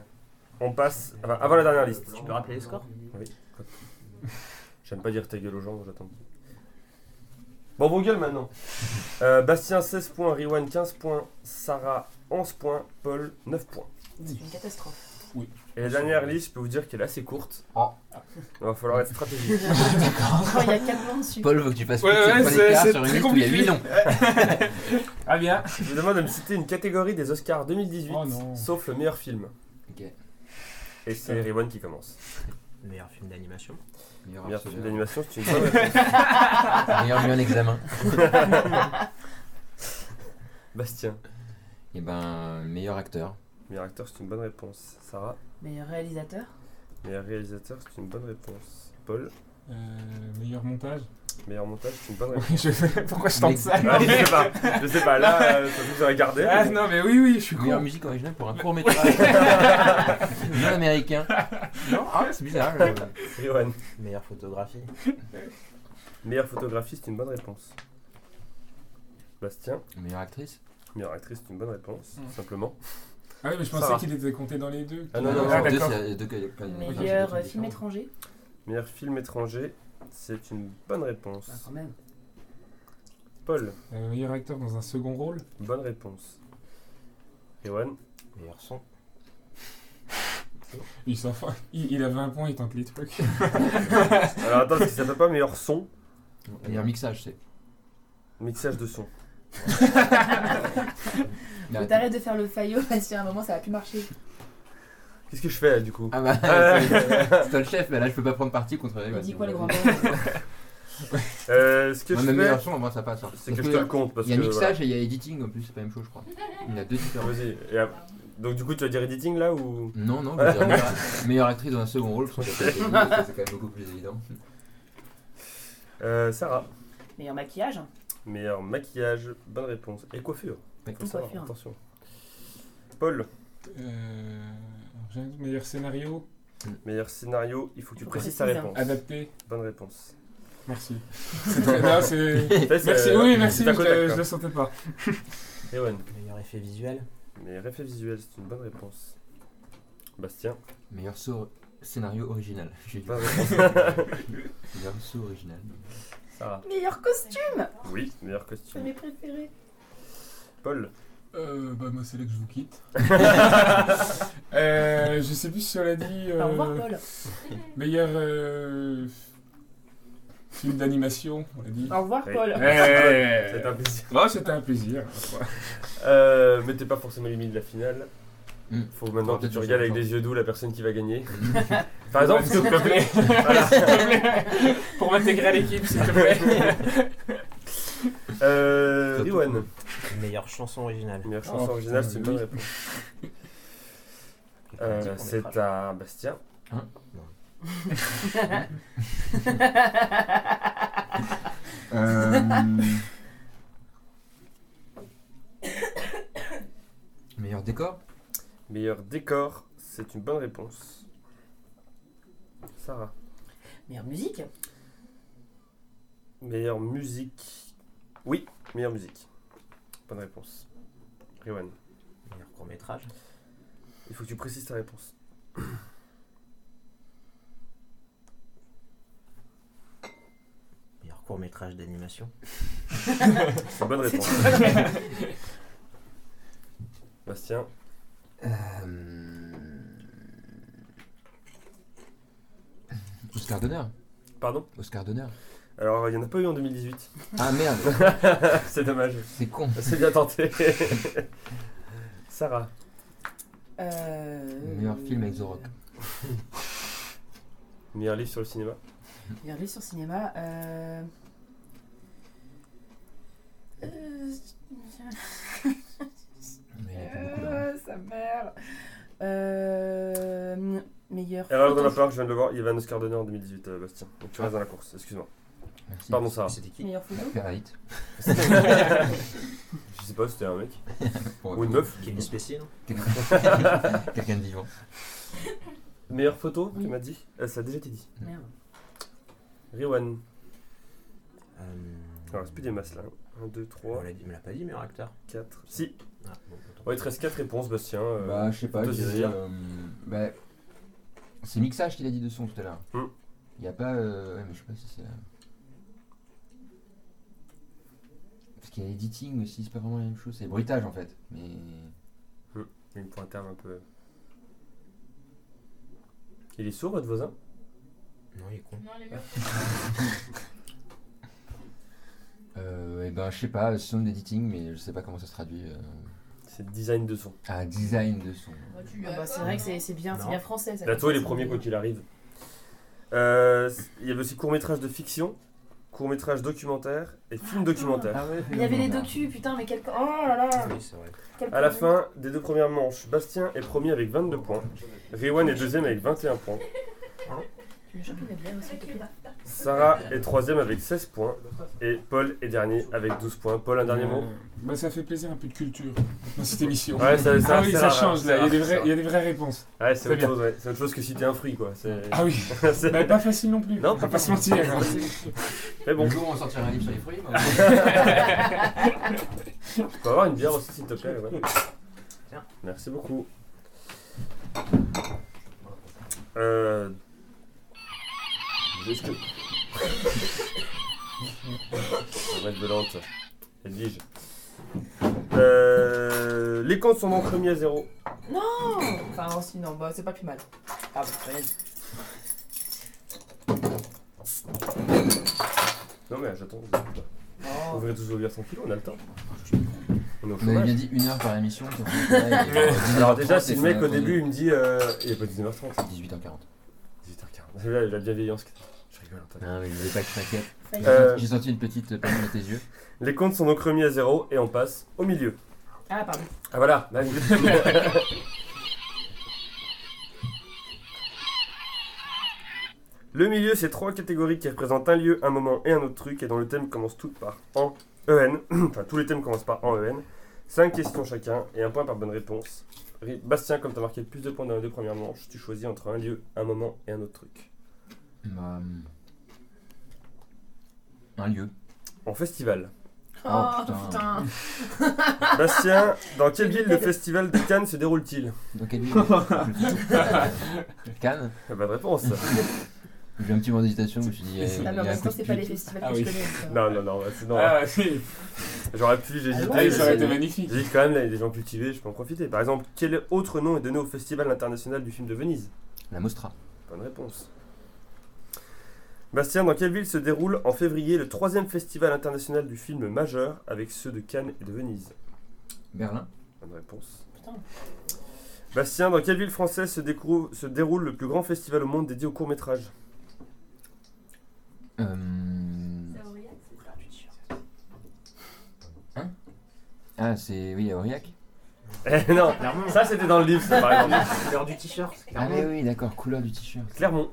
On passe. enfin, avant la dernière liste. Tu peux rappeler les scores J'aime pas dire ta gueule aux gens, j'attends. Bon, vos gueules [laughs] maintenant. Euh, Bastien 16 points, Riwan 15 points, Sarah 11 points, Paul 9 points. C'est une [laughs] catastrophe. Et Ah, la dernière liste, je peux vous dire qu'elle est assez courte. Oh. Il va falloir être stratégique. [laughs] Quand il y a 4 noms dessus. Paul veut que tu passes Ouais, plus de ouais, cinq c'est- écarts c'est sur une très liste où il y a huit compliqué. noms. Ah bien. je vous demande de me citer une catégorie des Oscars 2018, Oh non. Ah. sauf le meilleur film. Ok. Et c'est Riwan qui commence. Meilleur film d'animation. Ah, Meilleur Meilleur film absolu. d'animation, c'est une [laughs] bonne réponse. Meilleur mis en examen. Bastien. Et ben, meilleur acteur. Meilleur acteur, c'est une bonne réponse. Sarah. Meilleur réalisateur Meilleur réalisateur, c'est une bonne réponse. Paul. Euh, meilleur [laughs] montage. Meilleur montage, c'est une bonne réponse. Je- Pourquoi je tente ça Ah, non, je mais- sais [laughs] pas, je sais pas, là, euh, surtout que j'aurais gardé. Ah non, mais oui, oui, je suis Meilleure con. musique originale pour un court métrage. non américain. Non, ah, c'est bizarre. euh, Riwan. Meilleure photographie. Meilleure photographie, c'est une bonne réponse. Bastien. Meilleure actrice. Meilleure actrice, c'est une bonne réponse, Mm. simplement. Ah oui, mais je Ça pensais va. qu'il était compté dans les deux. Ah non, non, ah non, deux, d'accord. c'est- deux cas- cas- Meilleur cas- euh, cas- film cas- étranger Meilleur film étranger, c'est une bonne réponse. Bah, Ah, [laughs] quand même. Paul, Euh, meilleur acteur dans un second rôle. bonne réponse. Ewan, Meilleur son. Il s'en fout. [laughs] Il, il a 20 points, il tente les trucs. alors attends, parce que ça s'appelle pas meilleur son, Meilleur mixage, c'est. mixage de son. Mais Faut attends. t'arrêtes de faire le faillot parce qu'à un moment ça va plus marcher. Ah Qu'est-ce que je fais là, du coup Ah bah, c'est toi le chef, mais là je peux pas prendre parti contre Il Ewan. dit quoi le grand Moi, [laughs] père euh, Ce que je même meilleur fais, son, moi ça passe. hein. c'est Parce que je te le compte. Parce Il y a que, mixage et il y a editing en plus, c'est pas la même chose, je crois. Il y a deux différents. [laughs] voilà. Vas-y. et ap- Donc du coup, tu vas dire editing là ou Non, non, [laughs] je veux dire meilleure, meilleure actrice dans un second rôle, je trouve que c'est c'est quand même beaucoup plus évident. euh, Sarah Meilleur maquillage hein. Meilleur maquillage, bonne réponse. Et coiffure. Et Faut savoir, coiffure. Attention. Paul, Euh, j'ai un doute, meilleur scénario meilleur scénario, il faut que tu Faut précises ta préciser, hein. réponse. adapté. Bonne réponse. Merci. C'est très- non, c'est- Ça, c'est, [laughs] Merci, euh, oui, merci, c'est à mais côté, je, quoi. je le sentais pas. Ewan, Meilleur effet visuel. meilleur effet visuel, c'est une bonne réponse. Bastien, Meilleur saut- scénario original. [laughs] J'ai dit. bonne réponse. [laughs] Meilleur [laughs] saut original. Sarah. Meilleur costume Oui, meilleur C'est costume. mes préférés. Paul. Euh, bah, moi, c'est là que je [laughs] vous quitte. euh, je sais plus si on l'a dit. Au revoir euh, Paul. Meilleur euh, film d'animation, on l'a dit. Au revoir Oui. [laughs] Paul. Eh. C'est un plaisir. Oh, c'était un plaisir. Euh, mettez pas forcément les limites de la finale. Hmm. Mm. Faut maintenant Faut que tu peut-être regardes avec changer. des yeux doux la personne qui va gagner. Par exemple, s'il [laughs] te plaît. S'il te plaît. Pour m'intégrer à l'équipe, s'il te plaît. [laughs] euh, Riwan. Meilleure chanson originale. Meilleure chanson Oh, originale, putain, c'est une oui. bonne réponse. Euh, c'est à Bastien. [laughs] [laughs] Euh, Décor Meilleur décor, c'est une bonne réponse. Sarah. Meilleure musique Meilleure musique. Oui, meilleure musique. Bonne réponse. Riwan, Meilleur court métrage. il faut que tu précises ta réponse. Meilleur court métrage d'animation. C'est une bonne réponse. [laughs] Bastien, euh, Oscar d'honneur. pardon Oscar d'honneur. Alors, il n'y en a pas eu en [laughs] 2018. Ah merde, c'est dommage. c'est con. C'est bien tenté. [laughs] Sarah, euh... Meilleur film avec The Rock. meilleur livre sur le cinéma. Meilleur livre sur cinéma euh... Euh... Mais il y a pas beaucoup, là. euh, Sa mère euh... Meilleur Erreur dans la photo- part, je viens de le voir, il y avait un Oscar d'honneur en 2018, euh, Bastien. Donc tu restes dans la course, excuse-moi. Merci. Pardon, Sarah. C'était qui Meilleure photo Ferrite. Je sais pas, c'était un mec. [laughs] Pour Ou une répondre. meuf. Kevin Spacey, non Quelqu'un [laughs] quelqu'un de vivant. Meilleure photo, tu Oui. m'as dit Euh, Ça a déjà été dit. Merde. Riwan. Euh, Alors, c'est plus des masses là. 1, 2, 3, On l'a dit- me l'a pas dit, meilleur acteur. 4. Si. Ah, bon, attends. Ouais, il te reste 4 réponses, Bastien. euh, Bah, je sais pas, toi, je c'est dirais, dire. euh, bah, c'est mixage qu'il a dit de son tout à l'heure. Il Hmm. a pas. euh, ouais, mais je sais pas si c'est. euh, Parce qu'il y a editing aussi, c'est pas vraiment la même chose. C'est bruitage en fait. Mais. Une pour un terme un peu. Il est sourd, votre voisin Non, il est con. Non, les gars. Euh, et ben, je sais pas, sound editing, mais je sais pas comment ça se traduit. euh, C'est design de son. Ah, design de son. Bah, tu lui Ah bah, accordes, c'est vrai que hein. c'est c'est bien, c'est Non. bien français. ça, La comme ça, toile Bah, est c'est premier bien. quoi qu'il arrive. Euh, il y avait aussi court-métrage de fiction, court-métrage documentaire et Ah, film documentaire. Ah ouais, Il y avait les docus, putain, mais quel. Oh là là Oui, c'est vrai. quel À la connerie. fin des deux premières manches, Bastien est premier avec 22 points, Rewan est deuxième avec 21 points, Tu veux choper de la bière aussi, s'il te plaît Sarah est troisième avec 16 points et Paul est dernier avec 12 points. Paul, un dernier mot Bah, ça fait plaisir un peu de culture dans cette émission. Ouais, ça, ça- ah oui, c'est ça rare, change c'est là, il y a rare, des c'est vraies- rare. il y a des vraies réponses. Ah Ouais, c'est Très autre, bien. chose, ouais. C'est autre chose que si t'es un fruit quoi. C'est- Ah [laughs] oui, [laughs] c'est- bah, pas facile non plus, Non, on va pas se mentir. Mais bon, jour, on sortira un livre sur [laughs] les fruits. tu peux avoir une bière aussi s'il te plaît. ouais. Tiens. Merci beaucoup. Euh... Est-ce que... Ça va être violente. Edwige. Euh... Les comptes sont donc remis à zéro. Non Enfin, aussi, non, bah, c'est pas plus mal. Ah, bah, c'est pas mal. Non mais j'attends. On Oh. verrait tous ouvrir 100 kilos, on a le temps. On est au On avait chômage. bien dit une heure par émission. puis [laughs] on fait pareil, et, euh, Alors déjà, 19h30, si et le ça mec m'a au pris début il me dit... Euh... Il est pas 19h30. 18h40. 18h40. C'est la- la bienveillance. que- Je rigole. attends. Non, Ah mais je voulais pas que tu t'inquiètes. Ça y est. Euh, J'ai senti une petite panne dans tes yeux. Les comptes sont donc remis à zéro et on passe au milieu. Ah, pardon. Ah voilà, là, vous- [laughs] Le milieu, c'est trois catégories qui représentent un lieu, un moment et un autre truc, et dont le thème commence toutes par en EN. [clears throat] enfin, tous les thèmes commencent par en EN. Cinq questions chacun et un point par bonne réponse. Ri- Bastien, comme t'as marqué le plus de points dans les deux premières manches, tu choisis entre un lieu, un moment et un autre truc. Bah, hum. un lieu. En festival. Oh, Oh, putain. putain. Bastien, dans quelle ville le festival de Cannes se déroule-t-il Dans quelle ville Je- [laughs] Cannes Ah, Bonne réponse. J'ai un petit moment d'hésitation, je me suis dit. euh, il y Ah, a mais en un même coup temps, de c'est pas les pute. festivals Ah que je oui. connais. donc, euh, Non, non, non, c'est non. Ah si, J'aurais pu, j'ai hésité. Ah ouais, ça aurait été c'est- magnifique. J'ai dit que quand même, là, il y a des gens cultivés, je peux en profiter. Par exemple, quel autre nom est donné au Festival international du film de Venise La Mostra. Bonne réponse. Bastien, dans quelle ville se déroule en février le troisième Festival international du film majeur avec ceux de Cannes et de Venise Berlin. Bonne réponse. Putain. Bastien, dans quelle ville française se, découv- se déroule le plus grand festival au monde dédié au court métrage Hum. Euh, C'est Aurillac, c'est ça Ah, c'est. Oui, à Aurillac. Eh non Clairement. [laughs] Ça, c'était dans le livre, ça, par exemple. L'heure du t-shirt, Ah, clairement. mais oui, d'accord, couleur du t-shirt. Clermont.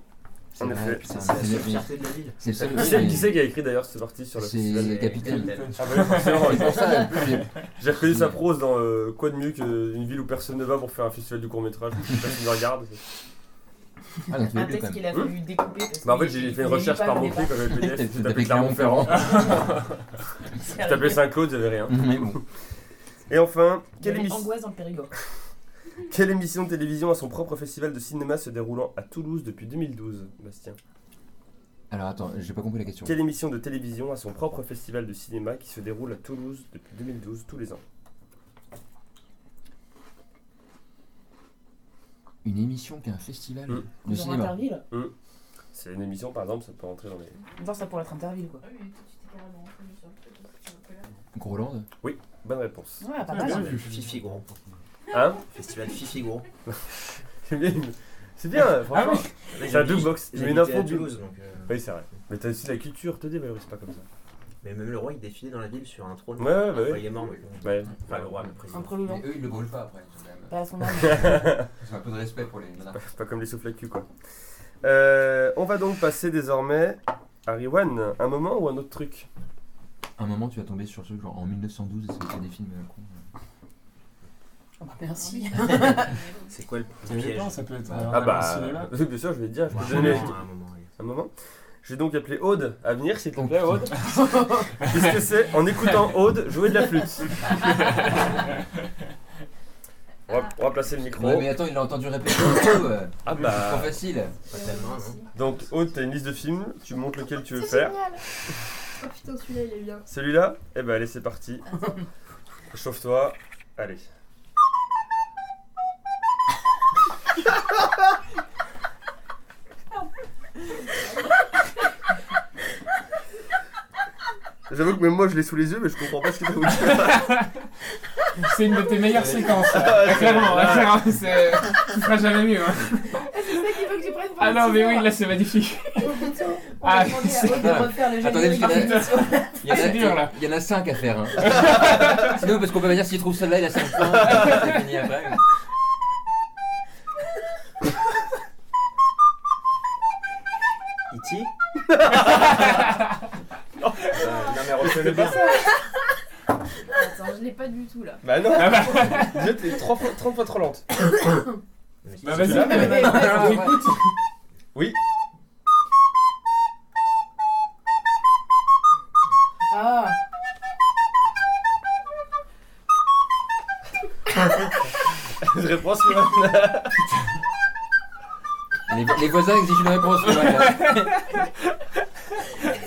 C'est En effet. vrai, putain, C'est la c'est seule le- fierté de la ville. c'est le seul. Qui [laughs] c'est qui c'est qui a écrit d'ailleurs cet article sur le C'est festival le capitaine. Ah bah oui, forcément, C'est pour ça, en [laughs] plus, j'ai- ah, J'ai reconnu sa prose dans euh, Quoi de mieux qu'une ville où personne ne va pour faire un festival du court [laughs] métrage Personne ne regarde. Ah, donc tu Un l'as lu quand texte même. qu'il a fallu découper. parce Bah en fait qu'il- j'ai il fait une voulait recherche pas par le mon débat. prix quand j'ai [laughs] T'as- fait des- j'ai t'as tapé tapé Clermont-Ferrand. C'est J'ai tapé arrivé. Saint-Claude, j'avais rien. [laughs] Mais bon. [laughs] Et enfin, Il y quelle, avait émission- angoisse dans le Périgord. quelle émission de télévision a son propre festival de cinéma se déroulant à Toulouse depuis 2012 Bastien. Alors attends, j'ai pas compris la question. Quelle émission de télévision a son propre festival de cinéma qui se déroule à Toulouse depuis 2012 tous les ans Une émission qui est un festival Mm. de Genre cinéma. Interville C'est une émission par exemple, ça peut rentrer dans les. Genre ça pourrait être Interville quoi. Ah oui, tout de suite, t'es carrément entendu sur le truc, parce que tu vois pas là. Groland Bonne réponse. Ouais, pas Ah, mal. bien vu. Fifi gros. Hein Festival Fifi gros. C'est bien, une- c'est bien franchement. C'est un jukebox. J'ai Mais une une info info du- Toulouse donc. euh, Oui, c'est vrai. Mais t'as aussi la culture, te dis, mais c'est pas comme ça. Mais même le roi il défilait dans la ville sur un trône. Ouais, ouais, bah Enfin, oui. Il est mort maintenant. Ouais. Enfin le roi, le président. Un président. eux, ils le brûlent pas après. Ils ont quand même- Pas à son âme. ils ont un peu de respect pour les monarques. C'est pas comme les souffles à cul, quoi. Euh, on va donc passer désormais à Rewan. Un moment ou un autre truc À un moment, tu vas tomber sur ce genre en 1912 et c'était des films euh, cons. Oh, bah, [laughs] merci. C'est quoi le Ça piège dépend, ça peut être. Ah euh, Ah un bah. cinéma. Oui, bien sûr, je vais te dire. Je Ouais, peux te un donner moment, un moment, allez. un moment. J'ai donc appelé Aude à venir, s'il te Oh, plaît, Aude. Qu'est-ce que c'est en écoutant Aude jouer de la flûte on, va, on va placer le micro. Ouais, mais attends, il l'a entendu répéter. euh, Ah C'est trop bah. facile. Pas tellement, non Donc, Aude, t'as une liste de films, tu montres lequel tu veux faire. génial. Oh putain, celui-là, il est bien. Celui-là Eh ben allez, [laughs] c'est parti. Chauffe-toi. Allez. J'avoue que même moi je l'ai sous les yeux, mais je comprends pas ce que t'as voulu [laughs] dire. C'est une de tes meilleures séquences. Ah, c'est- Clairement, hein. là, clairement, c'est. Tu feras jamais mieux. hein. C'est ça qu'il faut que tu prennes pour Ah le non, mais teaser. oui, là c'est magnifique. On va Ah, demander à c'est- Aude de refaire le Attendez, générique. parce qu'il y en a- Il y, en a, Ah, c'est dur, là. il y en a 5 à faire. hein. Sinon, parce qu'on peut pas dire s'il trouve celle-là, il a 5 points. C'est fini après. E.T. Euh, Non mais refais-le bien. Attends, je l'ai pas du tout là. Bah non Ah bah, Dieu, t'es 30 fois, 30 fois trop lente. Mais bah c'est- vas-y, là, mais- Ah, ouais. Ah [laughs] Je réponds sur la- les, les voisins exigent une réponse. mais voilà.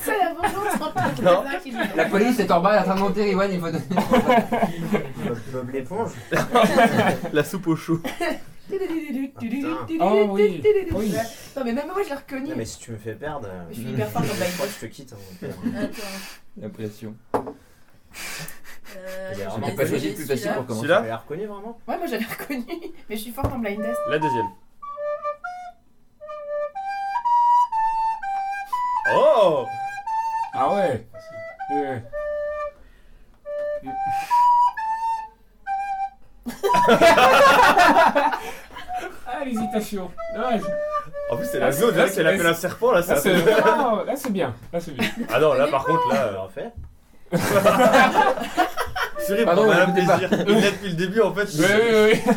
C'est la vengeance entre les Non. voisins qui nous- La police est en bas, elle est en train de monter. Iwan, il faut donner. Bob- Bob l'éponge. la soupe au chou. Oh, oui. Oui. Non mais même moi je l'ai reconnu. Non mais si tu me fais perdre, euh, Je suis hyper fan de je Blind crois que je te quitte. hein. [laughs] Attends. La pression. Euh, Il y a je vraiment vais T'as pas choisi essayer le plus facile celui-là. pour commencer. Celui-là Tu l'as reconnu vraiment Ouais moi j'avais reconnu, [laughs] mais je suis forte en blind test. La deuxième. Oh Ah ouais. Ouais. ah l'hésitation. Dommage. En plus, c'est Ah, la c'est- zone, là, là, si c'est- elle appelle un serpent, là, Là c'est c'est un non, là, c'est bien. Là c'est bien. Ah non, là, par contre, là. Je le euh, refais. Chérie, Ah Pardon, prends-la j'écoutais pas. plaisir. Il l'a depuis le début, en fait. Oui oui oui.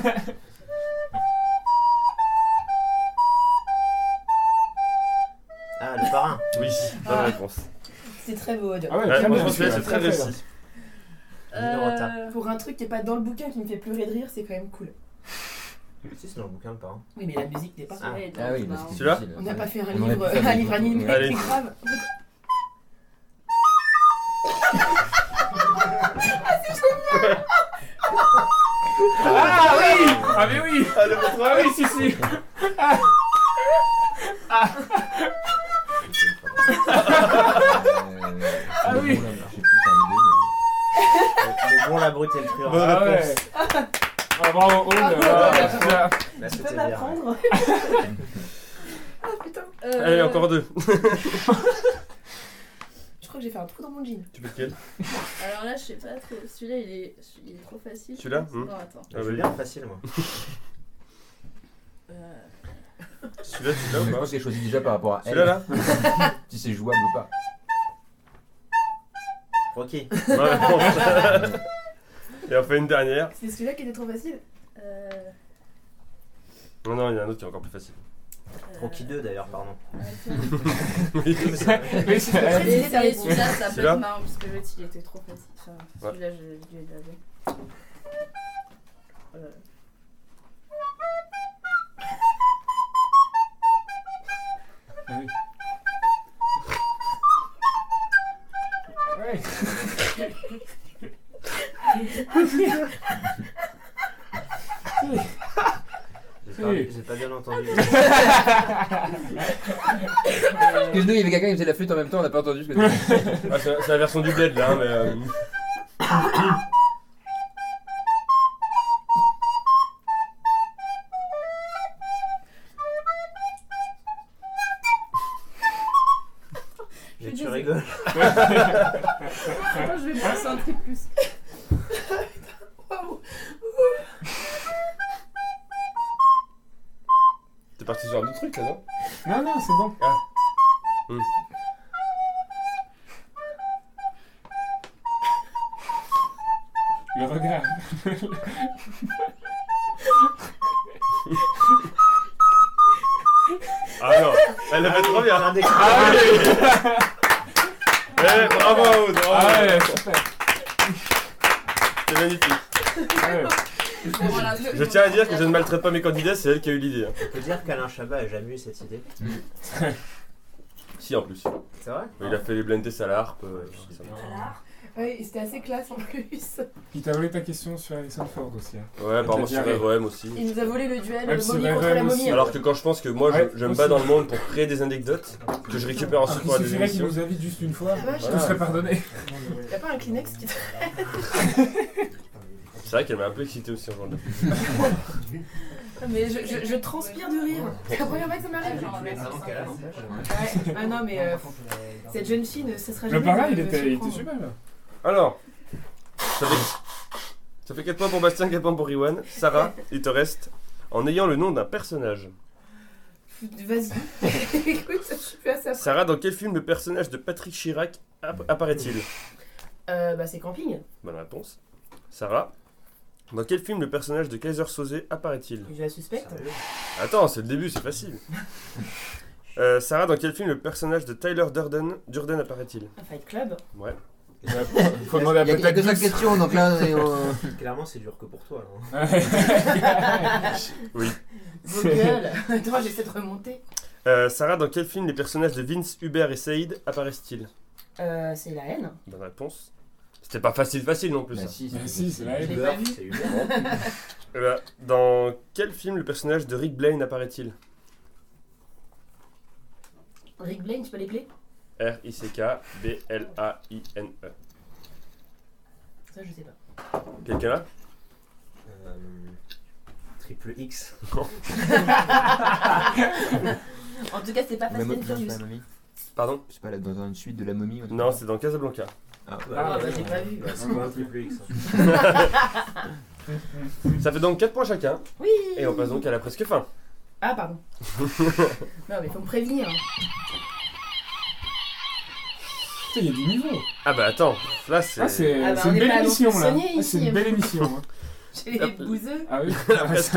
Ah le parrain. Oui, bonne Ah. réponse. C'est très beau Odor. Ah ouais. Ah, très mais bien, je pense que là, c'est très très bien. réussi. Mine de retard. Euh, Pour un truc qui est pas dans le bouquin qui me fait pleurer de rire, c'est quand même cool. Si c'est dans le bouquin le parrain. Oui, mais la musique n'est pas. Eh, Ah. Ah oui, bah, c'était Celui-là difficile. On n'a pas fait un On aurait pu livre, faire un des- livre animé, Ouais. c'est grave. Ah oui. Ah mais oui. Ah, le maître, Ah ah oui si si. Euh, Ah oui. le bon, là, je sais plus, c'est un des deux, mais- Le bon, la brute et le truand. Bonne Ah réponse. ouais. Ah, bravo Aude. Ah, bien. Là, Tu Bah, c'était peux bien, ouais. m'apprendre Ah putain euh, Allez, encore deux. Je crois que j'ai fait un trou dans mon jean. Tu peux lequel Alors là, je sais pas trop. Celui-là, il est, il est trop facile. je Celui-là pense. Hmm. Non, attends. Ah, Je veux vas-y. bien facile moi. Euh, celui-là, Non, mais celui-là je ou pas pense qu'elle choisit déjà par rapport à elle, Celui-là là si c'est jouable ou pas. Ok. Euh, Ouais, bon. [laughs] Et on fait une dernière. C'est celui-là qui était trop facile Euh, Non, non, il y en a un autre qui est encore plus [laughs] facile. [laughs] Rocky 2 d'ailleurs, pardon. Oui, Mais ça- Mais c'est- Après, Et l'idée, ça c'est- répond. celui-là, ça peut Celui-là être marrant parce que l'autre il était trop facile. Enfin, Ouais. celui-là, je dû le laver. Euh, Ouais. J'ai pas, Oui. j'ai pas bien entendu. Parce que nous, il y avait quelqu'un qui faisait la flûte en même temps, on n'a pas entendu ce que tu disais. Ah, c'est c'est la version du bled là, hein, mais. euh, Mais tu rigoles. Ah, Attends, je vais me concentrer plus. Waouh T'es parti sur un autre truc là, non Non, non, c'est bon. Ah. Hmm. Le regard. Ah non, elle l'a fait trop [laughs] bien. Regardez. Ah oui Eh, bravo Aude, bravo. Ah ouais, super. C'est magnifique. Ah ouais. Voilà, le- Je tiens à dire que je ne maltraite pas mes candidats, c'est elle qui a eu l'idée. hein. On peut dire qu'Alain Chabat a jamais eu cette idée. Si en plus. C'est vrai Il a fait les blind tests à l'arpe. euh, Ouais, ça bien. Ouais, et c'était assez classe en plus. Il t'a volé ta question sur Alexandre Ford aussi. hein. me- Ouais, apparemment sur diarrhée. REM aussi. Il nous a volé le duel Même euh, si momie Raven contre la aussi. momie. Alors que quand je pense que moi je, Ouais, je me aussi. Ah, bats dans le monde pour créer des anecdotes que je récupère ensuite Après, pour la suffirait qu'il démission. nous invite juste une fois, Ouais, je te voilà. serais pardonné. Y'a pas un Kleenex qui te. C'est vrai qu'elle m'a un peu excité aussi aujourd'hui. Ah, Mais je, je, je transpire de rire. C'est la première fois que ça Ah, m'arrive. Ouais. Ah non, mais euh, cette jeune fille, ne cessera jamais. Le parrain, de il me était, il était surprendre. super. hein. là. Alors, ça fait, ça fait 4 points pour Bastien, 4 points pour Iwan. Sarah, il te reste en ayant le nom d'un personnage. Vas-y. [laughs] Écoute, je suis plus à ça. Sarah, dans quel film le personnage de Patrick Chirac app- apparaît-il Euh, bah, c'est camping. Bonne réponse. Sarah, dans quel film le personnage de Kaiser Soze apparaît-il Je la suspecte. Sérieux Attends, c'est le début, c'est facile. Euh, Sarah, dans quel film le personnage de Tyler Durden, Durden apparaît-il Un Fight Club. Ouais. Faut demander à Il y a- il y a que peut-être. cinq questions, donc là, on est au... Clairement, c'est dur que pour toi. là, hein. Vos gueules. [laughs] Attends, j'essaie de remonter. Euh, Sarah, dans quel film les personnages de Vince, Hubert et Saïd apparaissent-ils Euh, c'est la haine. Bonne réponse. C'était pas facile, facile non plus. hein. ça. si, Mais si, c'est la Je haine. l'ai pas vu. Bah C'est hein. Hubert. Euh, dans quel film le personnage de Rick Blaine apparaît-il Rick Blaine, tu peux les plaies R-I-C-K-B-L-A-I-N-E. Ça, je sais pas. Quelqu'un là Euh, Triple X. [laughs] En tout cas, c'est pas La Fast momie, and c'est pas Furious. la momie. Pardon C'est pas la- dans une suite de la momie. ou un truc Non, comme ça c'est dans Casablanca. Ah, bah, ouais, j'ai ouais. pas vu. Bah, c'est pas un triple X. hein. Ça fait donc 4 points chacun. Oui Et on passe donc à la presque fin. Ah, pardon. [laughs] non, mais faut me prévenir. Putain, Il y a du niveau. Ah bah attends, là c'est. Ah, c'est Ah bah, c'est on une est belle pas émission là. soignés Ah, C'est ici. une belle émission. hein. J'ai les bouseux. Ah oui. La presque,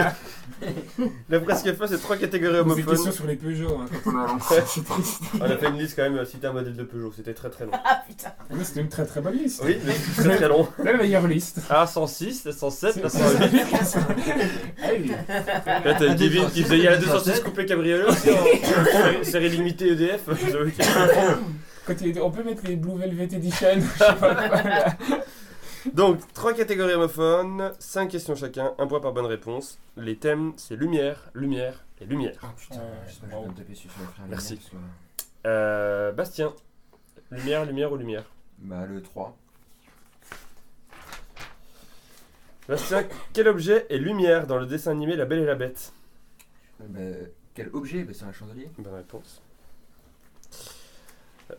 la presque fin, c'est trois catégories C'est une question homophones. sur les Peugeot hein, quand on [laughs] a lancé. C'est triste. On a fait une liste quand même, euh, citer un modèle de Peugeot, c'était très très long. Ah, putain. Ouais, C'était une très très bonne liste. Oui, mais c'est [laughs] très très long. La meilleure liste. Ah, 106, la 107, la C'est- 108. [laughs] Ah Hey. Là t'as La Kevin qui 206, faisait il y a la la 206 coupé cabriolet aussi hein. en série- [laughs] série limitée E EDF. j'avoue que- Quand il était- on peut mettre les Blue Velvet Edition, je sais pas quoi. là. [laughs] Donc, trois catégories homophones, 5 questions chacun, un point par bonne réponse. Les thèmes, c'est lumière, lumière et lumière. Ah putain, Euh, j'espère que je bon. vais me taper sur sur la frère. Merci. Lina, parce que- Euh, Bastien, lumière, lumière ou lumière Bah, le 3. Bastien, quel objet est lumière dans le dessin animé La Belle et la Bête Bah, quel objet Bah, c'est un chandelier. Bonne réponse.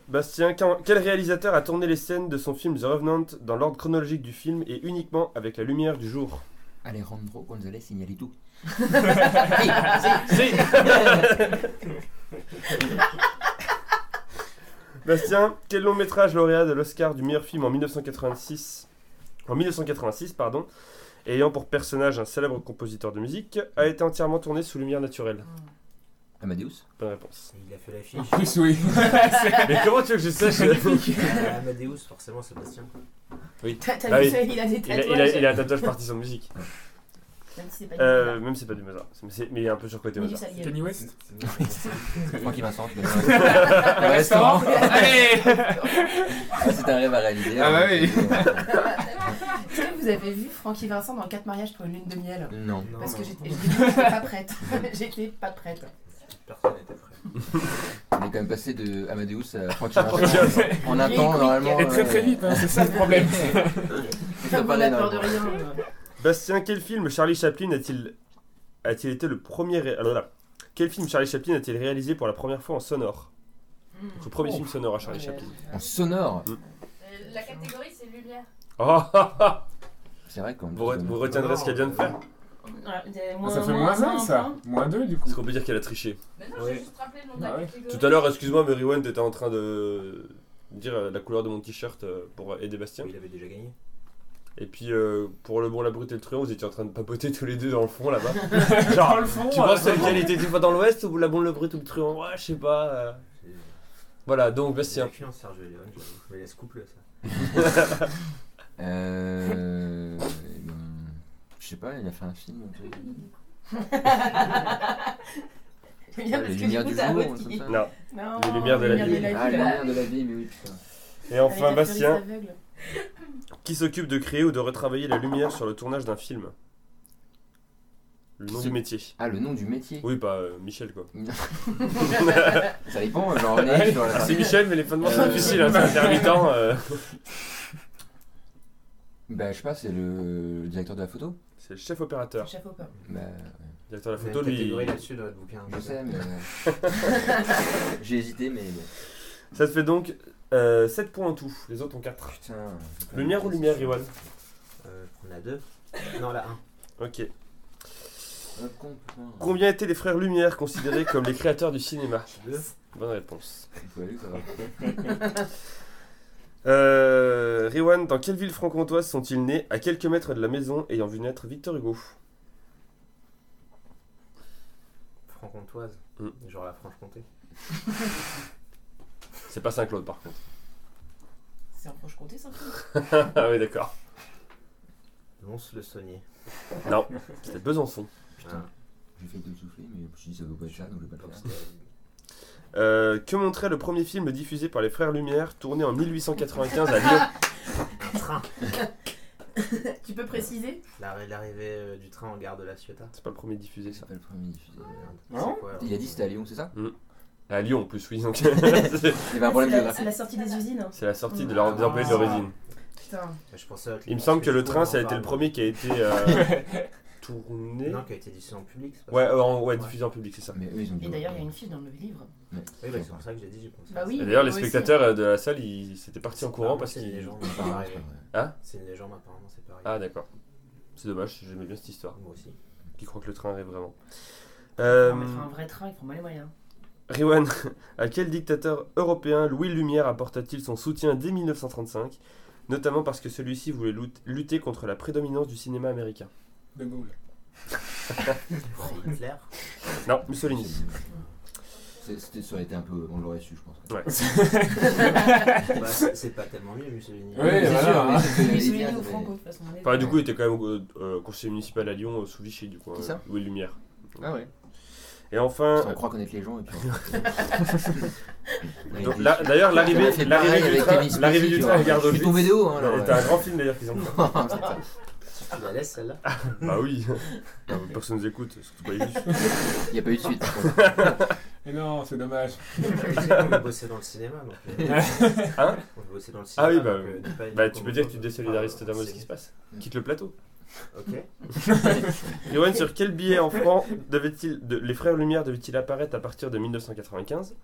Bastien, quand- quel réalisateur a tourné les scènes de son film The Revenant dans l'ordre chronologique du film et uniquement avec la lumière du jour Alejandro González Iñárritu. [laughs] Bastien, quel long métrage lauréat de l'Oscar du meilleur film en 1986 En 1986, pardon, ayant pour personnage un célèbre compositeur de musique, a été entièrement tourné sous lumière naturelle. Amadeus Bonne réponse. Il a [laughs] fait l'affiche. Plus oui. Mais comment tu veux que je sache Euh, Amadeus, forcément, Sébastien. T'as t'as Ah vu oui. ça Il a des Il a, il a- tatouages. il a un tatouage partisan de musique. Même si c'est pas Euh, du même si c'est pas du Mozart, C'est- c'est- mais il est un peu surcoté Mais du Mozart. salier. Kanye West. Francky Vincent, [laughs] tu connais Le restaurant. [laughs] Allez Ah, C'est un rêve à réaliser. Ah bah oui. Est-ce que vous avez vu Francky Vincent dans 4 mariages pour une lune de miel euh, Non. Non, Parce que non, j'étais j'étais pas [laughs] prête. J'étais pas prête. personne n'était prêt. On est quand même passé de Amadeus [laughs] à Francky Vincent. En un Il est temps, quick. normalement. Et très ouais, très vite, hein, c'est ça [laughs] le problème. il doit Comme on parler a peur de normalement. rien. Bastien, quel film Charlie Chaplin a-t-il a-t-il été le premier ré- alors là, Quel film Charlie Chaplin a-t-il réalisé pour la première fois en sonore Donc, Le premier film sonore à Charlie Chaplin. [laughs] En sonore. Euh, La catégorie, c'est lumière. Oh, ah, ah, C'est vrai qu'on. vous, re- vous retiendrez ce qu'elle vient de faire. Ah, Ça fait moins 1 ça. Moins 2 du coup. Est-ce qu'on peut dire qu'elle a triché Mais non, Ouais. j'ai juste rappelé le nom de Bah la ouais. catégorie. Tout à l'heure, euh, excuse-moi, Mary Wen, t'étais en train de dire euh, la couleur de mon t-shirt euh, pour aider Bastien. Il avait déjà gagné. Et puis euh, pour le bon, la brute et le truand, vous étiez en train de papoter tous les deux dans le fond là-bas. Dans Genre, le fond. tu euh, penses que lequel était tu vois, dans l'ouest ou la bonne, le brute ou le truand Ouais, je sais pas. euh. Voilà, donc Bastien. C'est chiant, Serge Léon, j'avoue. Mais laisse couple, ça. Euh. eh ben, Je sais pas, il a fait un film. un truc. Bien, parce Les que lumières du Euh, du coup, t'as un jour, mot un truc qui- comme ça. Non. Non, Les lumières de la lumières ville. Ah, les lumières de la vie, mais oui, putain. Et enfin, Avec la furieuse Bastien, aveugle. qui s'occupe de créer ou de retravailler la lumière sur le tournage d'un film Le nom Qui du se- métier. Ah, le nom du métier. Oui, pas euh, Michel quoi. Ça dépend, genre, Ah on est sur la C'est Michel, mais les fins de mois Euh, sont difficiles, hein, c'est intermittent. euh. [laughs] Bah, je sais pas, c'est le, le directeur de la photo C'est le chef opérateur. Chapeau, quoi. Bah, Le directeur de la Vous avez photo, une lui. catégorie là-dessus dans votre bouquin. je sais, [laughs] mais. J'ai hésité, mais. bon. Ça te fait donc euh, 7 points en tout. Les autres ont 4. Putain. Lumière ou lumière, Riwan Euh, on a deux. Non, la un. Ok. Un con, putain. Combien étaient les frères Lumière considérés comme les créateurs du cinéma Deux. Bonne réponse. Vous avez vu, ça va. Euh, Riwan, dans quelle ville franc-comtoise sont-ils nés à quelques mètres de la maison ayant vu naître Victor Hugo Franc-comtoise. Mm. Genre la Franche-Comté. C'est pas Saint-Claude par contre. C'est en Franche-Comté, ça ah oui, d'accord. Lons-le-Saunier. Non, c'était Besançon. Putain. J'ai fait de me souffler, mais je me suis dit, ça doit pas être ça, donc je vais pas le faire. Euh, que montrait le premier film diffusé par les frères Lumière, tourné en 1895 à Lyon Un train. Tu peux préciser L'arri- L'arrivée euh, du train en gare de la Ciotat. C'est pas le premier diffusé ça. C'est pas le premier diffusé. Merde. Non. C'est quoi, euh, alors Ah Il a dit que c'était à Lyon, c'est ça À Lyon en plus, oui. donc [laughs] c'est- Il y avait un C'est la- problème géographique. c'est la sortie des usines. C'est la sortie de leur Ah, leur pays d'origine. Putain. bah, Je pensais à- Il me semble que le train, ça a Non, été le pardon. premier qui a été [laughs] euh, [laughs] tourné. Non, qui a été diffusé en public. c'est pas Ouais, ça euh, en- ouais, diffusé en public, c'est ça. Ah, Mais eux, ils ont dit. Et d'ailleurs, il y a une fille dans le livre. Oui, bah, c'est pour ça que j'ai dit, j'ai pensé. Bah à oui. Et ça. D'ailleurs, les Moi spectateurs euh, de la salle, ils ils étaient partis en courant Apparemment, parce c'est une qu'ils. légende. c'est [laughs] pas Ah, arrivé. Hein C'est une légende, apparemment, c'est pas Ah, arrivé. d'accord. C'est dommage, j'aimais bien cette histoire. Moi aussi. Qui croit que le train arrive vraiment. On Euh, mettra un vrai train, ils prend mal les [laughs] moyens. Riwan, [laughs] à quel dictateur européen Louis Lumière apporta-t-il son soutien dès 1935 Notamment parce que celui-ci voulait lut- lutter contre la prédominance du cinéma américain. De Gaulle. Hitler. [laughs] Non, Mussolini. [laughs] C'est- C'était, ça aurait été un peu. On l'aurait su, je pense. Ouais. Bah, c'est c'est pas tellement mieux, Mussolini. Oui, c'est voilà, sûr, hein. mais c'est ce que j'allais Oui, celui dire, ou mais- Franco, de toute façon. on est- Enfin, du coup, il était quand même euh, euh, conseiller municipal à Lyon euh, sous Vichy, du coup. Qui euh, ça Louis Lumière. Ah ouais. Et enfin, On croit connaître les gens et puis. on- Donc, [laughs] la- D'ailleurs, On a l'arrivée fait l'arrivée pareil du avec train, Kevin Spacey, l'arrivée du tu train vois. à Gare Je suis tombé d'Auschwitz. de haut, hein, C'était un grand film d'ailleurs qu'ils [laughs] ont fait. là. Tu la laisses, celle-là Bah [laughs] oui, Bah, personne nous écoute, surtout pas les juifs. Il n'y a pas eu de suite. Mais non, c'est dommage. On bossait dans le cinéma, donc. euh, Hein On bossait dans le cinéma. Ah oui, bah, donc, euh, dis pas- Bah dis tu pas peux dire que comment- tu te désolidarises totalement de ce c'est- qui se passe. Quitte le plateau. [laughs] Ok. Yoann, sur quel billet en francs devait-il, de- les frères Lumière devaient-ils apparaître à partir de 1995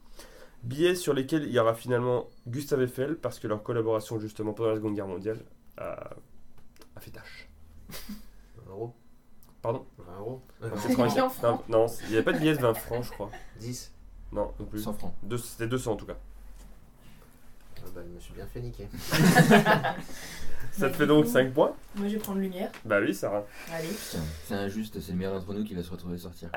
Billets sur lesquels il y aura finalement Gustave Eiffel, parce que leur collaboration justement pendant la Seconde Guerre mondiale a, a fait tâche. Un euro. Pardon 20 euros. Euh, Non, [laughs] Non, c'est 95. Non, non, c'est- il n'y avait pas de liesse 20 francs, je crois. 10. Non, non plus. 100 francs. Deux- C'était 200 en tout cas. Ah bah, je me suis bien fait niquer. Ça te fait donc 5 points Moi, je vais prendre lumière. Bah oui, Sarah. Allez. Putain, C'est injuste, c'est le meilleur d'entre nous qui va se retrouver sortir.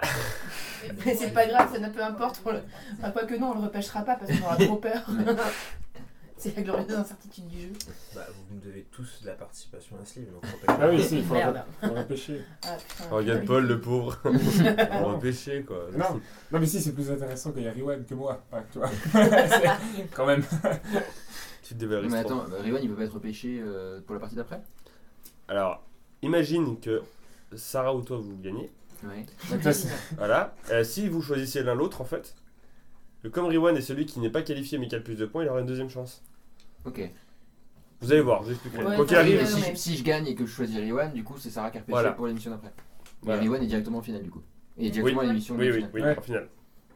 Mais c'est pas grave, ça n'a peu importe. on le- Enfin, quoi que non, on le repêchera pas parce qu'on aura trop [laughs] peur. c'est la glorieuse incertitude du jeu. Bah, vous me devez tous de la participation à ce [laughs] livre. Donc, Ah oui, si, il faut Merde. repêcher. Ah, putain, Oh, regarde putain. Paul, le pauvre. On va pêcher quoi. Non. Non, mais si, c'est plus intéressant qu'il y a Riwan que moi. Ouais, tu vois. [laughs] C'est- quand même. Tu te dévalises. mais trop. attends, euh, Riwan il peut pas être pêché euh, pour la partie d'après Alors, imagine que Sarah ou toi vous gagnez. Ouais. Donc, ça, c'est- Voilà. Euh, si vous choisissez l'un l'autre, en fait, le comme Riwan est celui qui n'est pas qualifié mais qui a le plus de points, il aura une deuxième chance. Ok. Vous allez voir, je vous expliquerai. Ouais, Quoi qu'il ça, arrive, ouais, si, ouais. je- si je gagne et que je choisis Riwan, du coup c'est Sarah qui a repêché Voilà. pour l'émission d'après. Voilà. Et Riwan est directement en finale du coup. Et directement à l'émission. de oui, la oui, finale. oui, Ouais. en finale.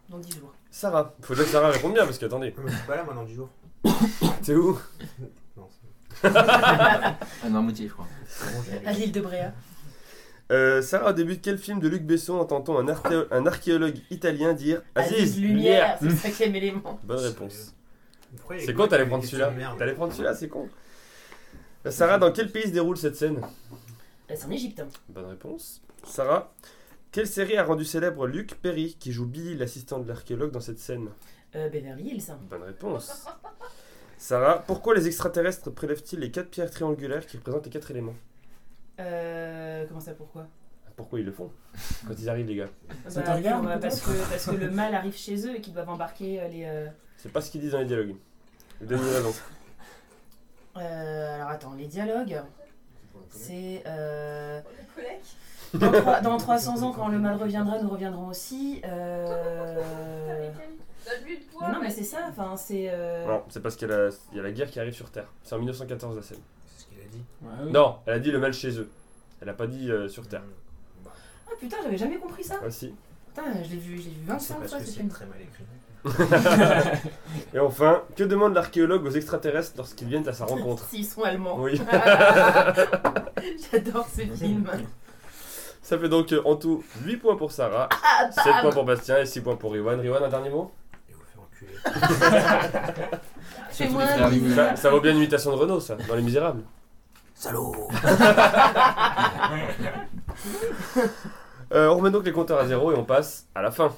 Dans 10 jours. Sarah, faut déjà que Sarah réponde bien parce que attendez, Je suis Ah, pas là maintenant du jour. t'es où Non, c'est Ah non, moitié je crois. bon, j'ai- À l'île de Bréa. euh, Sarah, au début de quel film de Luc Besson entend-on un, archéo- un archéologue italien dire Aziz Lumière, Hmm. c'est le cinquième élément. Bonne réponse. Pourquoi il y a C'est que con, moi t'allais qui prendre ai des celui-là. questions de merde T'allais prendre celui-là, c'est con. Euh, Sarah, dans quel pays se déroule cette scène Bah, c'est en Égypte. hein. Bonne réponse. Sarah, quelle série a rendu célèbre Luc Perry, qui joue Billy, l'assistant de l'archéologue, dans cette scène Euh, Beverly Hills. hein. Bonne réponse. Sarah, pourquoi les extraterrestres prélèvent-ils les quatre pierres triangulaires qui représentent les quatre éléments Euh, comment ça, pourquoi Pourquoi ils le font Quand ils arrivent, les gars. Ça te Bah, regarde, pour, euh, peut-être parce, que, parce que le mal arrive chez eux et qu'ils doivent embarquer euh, les. euh, C'est pas ce qu'ils disent dans les dialogues. Donnez la lance. euh, alors attends, les dialogues. C'est. euh, Collègue dans, trois- dans 300 ans, quand le mal reviendra, nous reviendrons aussi. Euh, Donne-lui le mais poids. non, mais c'est ça, enfin, c'est. euh, Non, c'est parce qu'il y, a la- il y a la guerre qui arrive sur Terre. C'est en 1914 la scène. C'est ce qu'il a dit. Ouais, oui. Non, elle a dit le mal chez eux. Elle a pas dit euh, sur Terre. Bah, Ah putain, j'avais jamais compris ça. Ah si. Putain, je l'ai vu, je l'ai vu C'est 25 parce fois que ce c'est film. très mal écrit. Et enfin, que demande l'archéologue aux extraterrestres lorsqu'ils viennent à sa rencontre S'ils sont allemands. Oui. [laughs] J'adore ce film. [laughs] Ça fait donc euh, en tout 8 points pour Sarah, 7 points pour Bastien et 6 points pour Riwan. Riwan, un dernier mot Et vous fait enculer. Surtout moi les frères Lumière. ça, ça vaut bien une imitation de Renault, ça, dans Les Misérables. Salaud Euh, on remet donc les compteurs à zéro et on passe à la fin.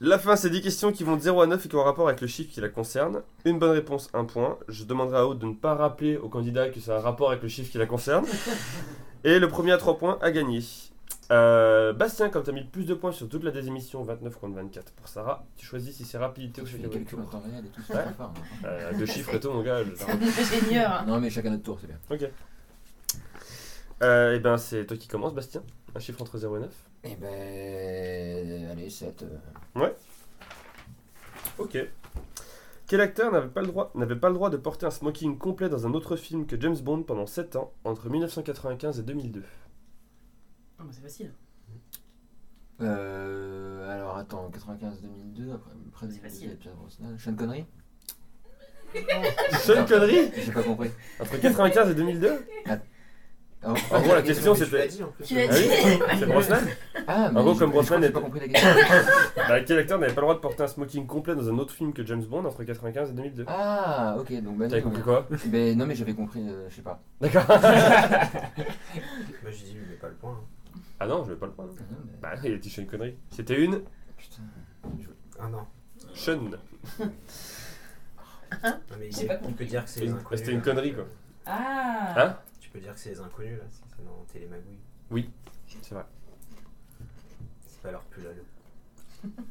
La fin, c'est 10 questions qui vont de 0 à 9 et qui ont rapport avec le chiffre qui la concerne. Une bonne réponse, un point. Je demanderai à Aude de ne pas rappeler au candidat que ça a un rapport avec le chiffre qui la concerne. Et le premier à 3 points a gagné. Euh, Bastien, comme tu as mis le plus de points sur toute la désémission, 29 contre 24 pour Sarah, tu choisis si c'est rapidité Je ou fais des chacun calculs en tour. temps réel et tout, c'est Ouais. trop fort. hein. Euh, deux chiffres et tout, mon gars. je- C'est un [laughs] ingénieur. hein. Non, mais chacun notre tour, c'est bien. Euh, et ben c'est toi qui commence Bastien. Un chiffre entre 0 et 9. Eh ben. Allez, 7. Ok. Quel acteur n'avait pas, le droit, n'avait pas le droit de porter un smoking complet dans un autre film que James Bond pendant 7 ans, entre 1995 et 2002 Ah, bah, c'est facile. Euh. Alors attends, 95-2002, après. après C'est facile. Pierre Brosnan. Sean Connery Seule connerie J'ai pas compris. Entre 95 et 2002 Ah, En gros, la ok. question Mais tu l'as c'était. dit en plus. Tu l'as [laughs] Ah oui [laughs] C'est Brosnan Ah, mais gros, je- comme Brosnan je crois que j'ai pas était- compris la question. bah, Quel acteur n'avait pas le droit de porter un smoking complet dans un autre film que James Bond entre 95 et 2002 Ah, ok, donc bah, T'avais non, compris quoi mais- ben, non, mais j'avais compris, euh, je sais pas. D'accord. Moi j'ai dit, mais pas le point. hein. Ah non, je vais pas le prendre. Ah, non, mais- Bah, il a dit Sean Connery. C'était une Putain. Ah non. Sean. Non, mais J'ai pas tu peux dire que c'est C'était les une- inconnus. c'était une là. connerie, quoi. Ah Hein Tu peux dire que c'est les inconnus là, c'est c'est dans Télémagouille. C'est vrai. C'est pas leur pull à l'eau.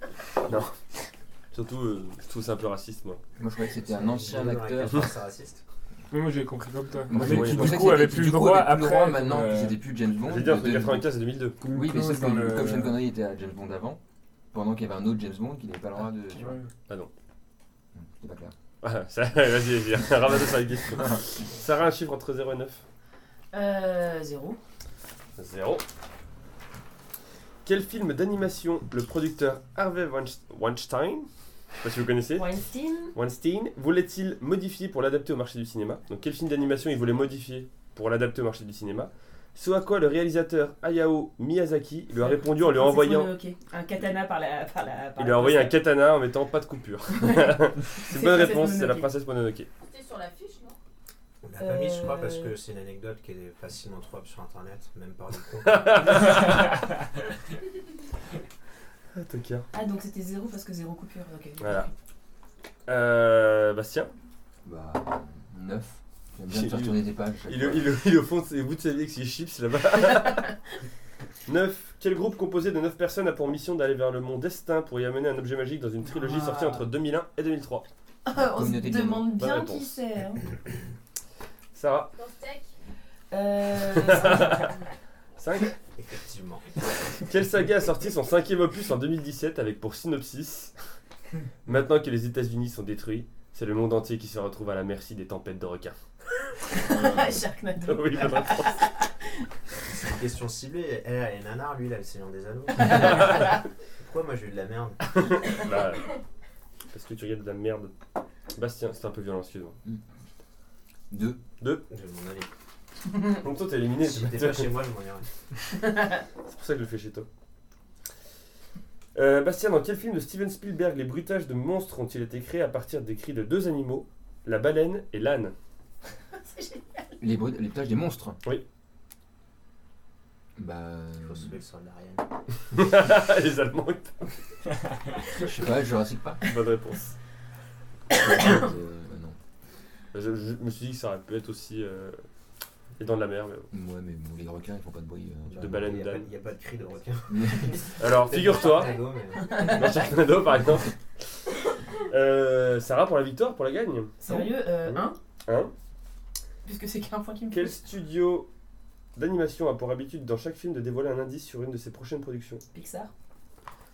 Surtout, euh, je trouve ça un peu raciste, moi. Moi, je croyais que c'était un ancien acteur. C'est raciste. Mais moi, j'ai compris comme toi. Moi, Mais j'ai- oui, qui, je du pensais du que coup, avait c'était- plus du le coup, droit avait plus le droit après. maintenant euh, que c'était plus James Bond. Je veux dire, entre de- 95 et 2002. comme Oui, mais Nico, sauf que dans le- le- comme Sean Connery était à James Bond avant, pendant qu'il y avait un autre James Bond qui n'avait pas le droit de. Tu vois, Hum, Ouais. c'était pas clair. Ah, ça- [laughs] Vas-y, vas-y, ramasse ça avec question. [laughs] Sarah, un chiffre entre 0 et 9. Euh. Zéro. 0. Quel film d'animation le producteur Harvey Weinst- Weinstein Je sais pas si vous connaissez. Weinstein. Weinstein voulait-il modifier pour l'adapter au marché du cinéma Donc quel film d'animation il voulait modifier pour l'adapter au marché du cinéma Ce à quoi le réalisateur Hayao Miyazaki lui a répondu en lui envoyant, Ok, un katana par la. Par la par il lui la a envoyé un katana en mettant pas de coupure. [laughs] c'est une bonne Princesse réponse, c'est la Mononoke. princesse Mononoke. C'était sur l'affiche, non On l'a pas mis, je crois, Euh. parce que c'est une anecdote qui est facilement trouvable sur internet, même par des [laughs] cons. Ah, tocard. [laughs] Ah, donc c'était zéro parce que zéro coupure. Ok. Voilà. Euh, Bastien, Bah, 9. J'aime bien Il- te faire tourner des pages. chaque il, fois. il, il, au fond, c'est au bout de sa vie avec ses chips là-bas. 9. Quel groupe composé de 9 personnes a pour mission d'aller vers le mont destin pour y amener un objet magique dans une trilogie Ah. sortie entre 2001 et 2003 [laughs] on se Communauté de demande Bonne bien réponse. qui c'est. [laughs] hein. Sarah, Dans Tech Euh, [laughs] 5. Effectivement. Quelle saga a sorti son cinquième opus en 2017 avec pour synopsis Maintenant que les États-Unis sont détruits, c'est le monde entier qui se retrouve à la merci des tempêtes de requins. [laughs] Sharknado. Oui, bonne réponse. C'est une question ciblée. Elle, elle est nanar, lui, il a le Seigneur des [laughs] Anneaux. Pourquoi moi j'ai eu de la merde Bah, parce que tu regardes de la merde. Bastien, c'est un peu violent, excuse-moi. 2. Je vais m'en aller. Donc toi t'es éliminé, Si c'est j'étais pas pas- chez moi, je m'en irais. c'est pour ça que je le fais chez toi. Euh, Bastien, dans quel film de Steven Spielberg les bruitages de monstres ont-ils été créés à partir des cris de deux animaux, la baleine et l'âne [laughs] Les, bruits- les plages des monstres. Oui. Bah, Il euh, faut sauver le soldat Ryan. Les Allemands, [laughs] je sais pas, Jurassic Park. [coughs] bonne réponse. Euh, bah non. Je, je me suis dit que ça aurait pu être aussi... euh, Et dans de la mer, mais bon. Ouais, mais bon, les requins, ils font pas de bruit. euh, De baleine Il y a pas- d'âne. Il n'y a pas de cri de requin. Alors, [laughs] [laughs] figure-toi, Tornado, mais- dans Sharknado, par exemple, euh, Sarah pour la victoire, pour la gagne. Sérieux, euh, Oui. un Hein Puisque c'est qu'un point qui me Quel fait. studio d'animation a pour habitude dans chaque film de dévoiler un indice sur une de ses prochaines productions Pixar.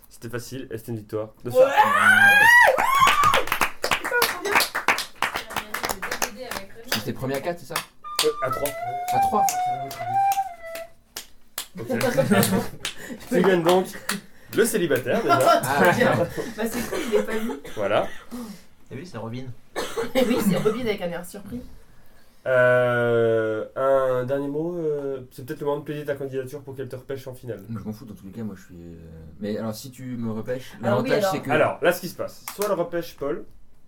C'était facile, et c'était une victoire. De Ouais. ça. C'est la mairie de DVD avec Rémi. C'était premier à 4, c'est ça Euh, à 3. À 3 Tu gagnes donc le [laughs] célibataire déjà. Ah, Bah, c'est cool, il est pas vu. voilà. Eh T'as vu, c'est Robin. oui, c'est Robin avec un air surpris. Euh, un dernier mot, euh, c'est peut-être le moment de plaider ta candidature pour qu'elle te repêche en finale. Je m'en fous, dans tous les cas, moi je suis. euh, Mais alors si tu me repêches, Alors Ah oui, l'avantage alors. c'est que. Alors, là ce qui se passe, soit elle repêche Paul,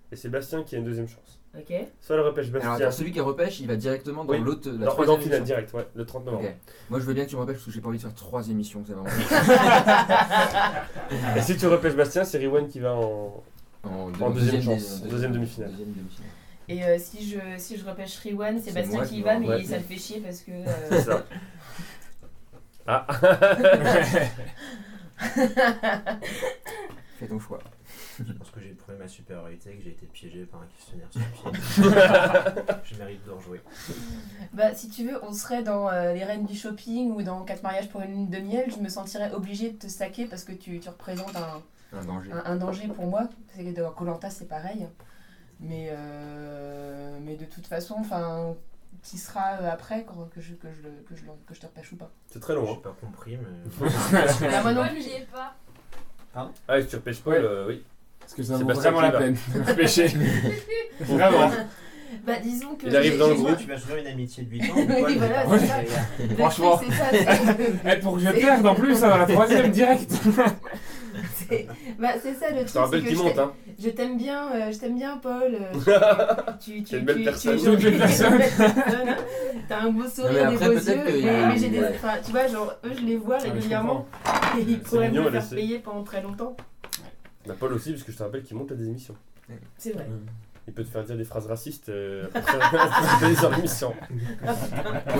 et c'est Bastien qui a une deuxième chance. Ok. Soit elle repêche Bastien. Alors, attends, celui qui repêche, il va directement dans Oui. l'autre. La Non, troisième dans finale émission. direct, ouais, le 30 novembre. Ok. Moi je veux bien que tu me repêches parce que j'ai pas envie de faire 3 émissions, c'est [laughs] vraiment. Et si tu repêches Bastien, c'est Riwan qui va en. En, En deuxième dé- chance, deuxième demi-finale. deuxième demi-finale. Et euh, si je si je repêche Riwan, c'est C'est Bastien moi qui qui y va, vais mais en- ouais. ça le fait chier parce que. euh, C'est ça. Ah Fais ton choix. Je pense que j'ai prouvé ma supériorité, que j'ai été piégé par un questionnaire [laughs] stupide. je mérite de rejouer. Bah, si tu veux, on serait dans euh, Les Reines du Shopping ou dans Quatre mariages pour une lune de miel. Je me sentirais obligée de te saquer parce que tu, tu représentes un, Un danger. [laughs] un- un danger pour moi. C'est que dans Colanta, c'est pareil. Mais, euh, mais de toute façon, enfin, qui sera euh, après quand, que, je, que, je, le- que, je, l'en- que je te repêche ou pas C'est très J'ai long, hein. pas compris, mais. Bah, moi non Paul, plus. j'y ai pas. Ah, et si tu repêches Paul, Ouais. euh, oui. Parce que ça vaut Sébastien vraiment la qui va. peine de [laughs] [laughs] me pêcher. Ah, Vraiment. [laughs] Bah, disons que. [laughs] Il arrive dans le j'ai- groupe. Tu vas jouer une amitié de 8 ans. Oui, Paul, voilà, t'es pas c'est prêt, gars. j'ai- Franchement. bah, C'est ça, c'est- Eh, pour que je perde en plus, hein, dans la troisième direct. c'est- bah, c'est ça le truc. Je te rappelle c'est que qu'il je monte, t'ai- hein. Je t'aime bien, euh, je t'aime bien, Paul. [laughs] euh, tu, tu, T'es une belle tu- tu- personne. tu- T'es une belle [laughs] personne. hein. T'as un beau Non, mais sourire, des après, beaux yeux. peut-être que- Mais, mais j'ai des. Ouais. Ah, enfin, tu vois, genre, eux, je les vois je régulièrement. et ils pourraient mignon, me elle faire essaie. payer pendant très longtemps. Bah, Paul aussi, parce que je te rappelle qu'il monte à des émissions. C'est vrai. Il peut te faire dire des phrases racistes euh, [laughs] après ça, des émissions. Moi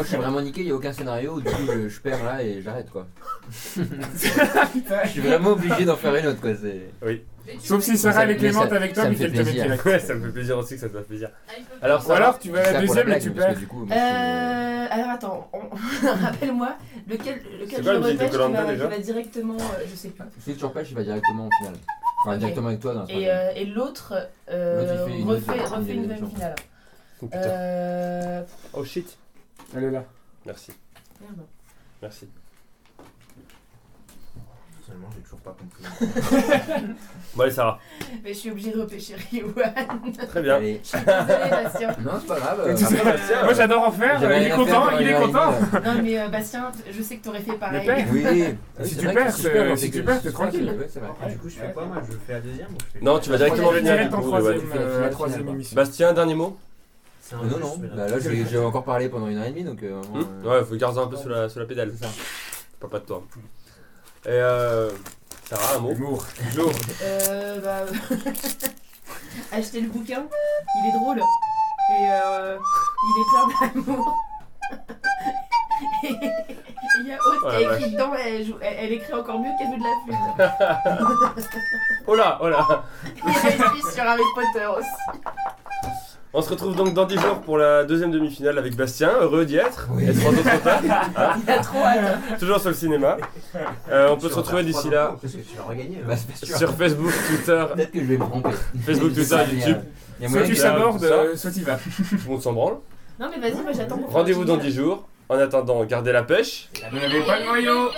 je suis vraiment niqué, il n'y a aucun scénario, du coup je, je perds là et j'arrête [laughs] quoi. Je suis vraiment obligé d'en faire une autre quoi. C'est... Mais tu Sauf peux- si Sarah me- et Clément avec toi, ça me mais qu'elle fait te mette plaisir. direct. Ouais, ça me fait plaisir aussi que ça te fasse plaisir. Ah, il peut Alors, pas. Ou alors tu vas à C'est la ça pour deuxième et blague, tu mais parce perds. que du coup, moi, je Euh, alors attends, on- [laughs] rappelle-moi, lequel, C'est lequel je quoi la musique de repêche qui Koh-Lanta, va, qui déjà va directement. euh, je sais plus. suis- Celui que tu repêches, il va directement en finale. Enfin, Ok. directement avec toi dans la Et, troisième. euh, et l'autre euh, L'autre, il fait une refait, deuxième- refait une une deuxième demi-finale. Oh putain. Euh. Oh shit. Elle est là. Merci, Merde. merci. personnellement, j'ai toujours pas compris. Bon, allez, Sarah. Mais je suis obligée de repêcher [laughs] Riwan. Très bien. Allez. Je suis désolée, Bastien. Non, c'est pas grave. Et tout ça, Après, Bastien, Moi j'adore en faire, j'avais il rien est à faire content, pendant il une est heure et content. demie, Non, mais euh, Bastien, t- je sais que t'aurais fait pareil. père. Oui, oui. Euh, Si c'est tu vrai perds, que si tu c'est- perds, on si fait tu que- perds, t'es c'est tranquille. ouais, c'est vrai. Après, Ah, du coup, je fais quoi moi Je fais la deuxième ou je fais Non, tu vas directement Troisième, venir. Direct en Ouais, troisième, ouais. euh, Ouais. troisième émission. Bastien, dernier mot C'est un Non, peu non, juste, bah là j'ai j'ai encore parlé pendant une heure et demie donc. euh, vraiment, Hmm euh, Ouais, faut garder un peu sous la, sous la pédale. C'est ça. Pas pas de toi. hein. Et euh. Sarah, un mot Humour. Jour. Euh, bah. [laughs] Achetez le bouquin, il est drôle. Et euh, il est plein d'amour. [laughs] Et et il y a Aude Oh la qui est écrit dedans, elle, joue- elle- elle écrit encore mieux qu'elle veut de la [laughs] flûte. Oh là, oh là Et elle écrit sur Harry Potter aussi. On se retrouve donc dans 10 jours pour la deuxième demi-finale avec Bastien. Heureux d'y être. Oui. Et trois autres tables. Il a trop hâte. Toujours sur le cinéma. Euh, on Tu peut se vas en retrouver faire d'ici trois d'un là coup, Parce que tu hein. vas regagner. [laughs] Bah, c'est pas [laughs] sûr. sur Facebook, Twitter, Peut-être que je vais me tromper. [laughs] Facebook, Je sais Twitter, pas, mais, YouTube. euh, il y a Soit moyen tu que- ça- s'abordes, tout euh, soit tu vas. tout le monde s'en branle. Non, mais vas-y, moi j'attends pour faire Rendez-vous le dans jingle. 10 jours. En attendant, gardez la pêche. Vous n'avez pas le noyau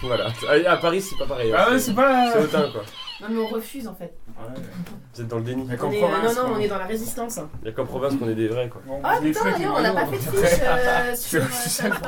Voilà. À à Paris, c'est pas pareil. hein. Ah ouais, c'est pas. C'est hautain, quoi. Non, mais on refuse en fait. euh, Vous êtes dans le déni. Mais On qu'en est, province, non, non, quoi. on est dans la résistance. Il y a qu'en province qu'on hein. est des vrais, quoi. Bon, hein. Ah je l'ai putain, fait, d'ailleurs, on n'a [laughs] noyau. pas fait de fiche euh, sur. Sur euh, chaque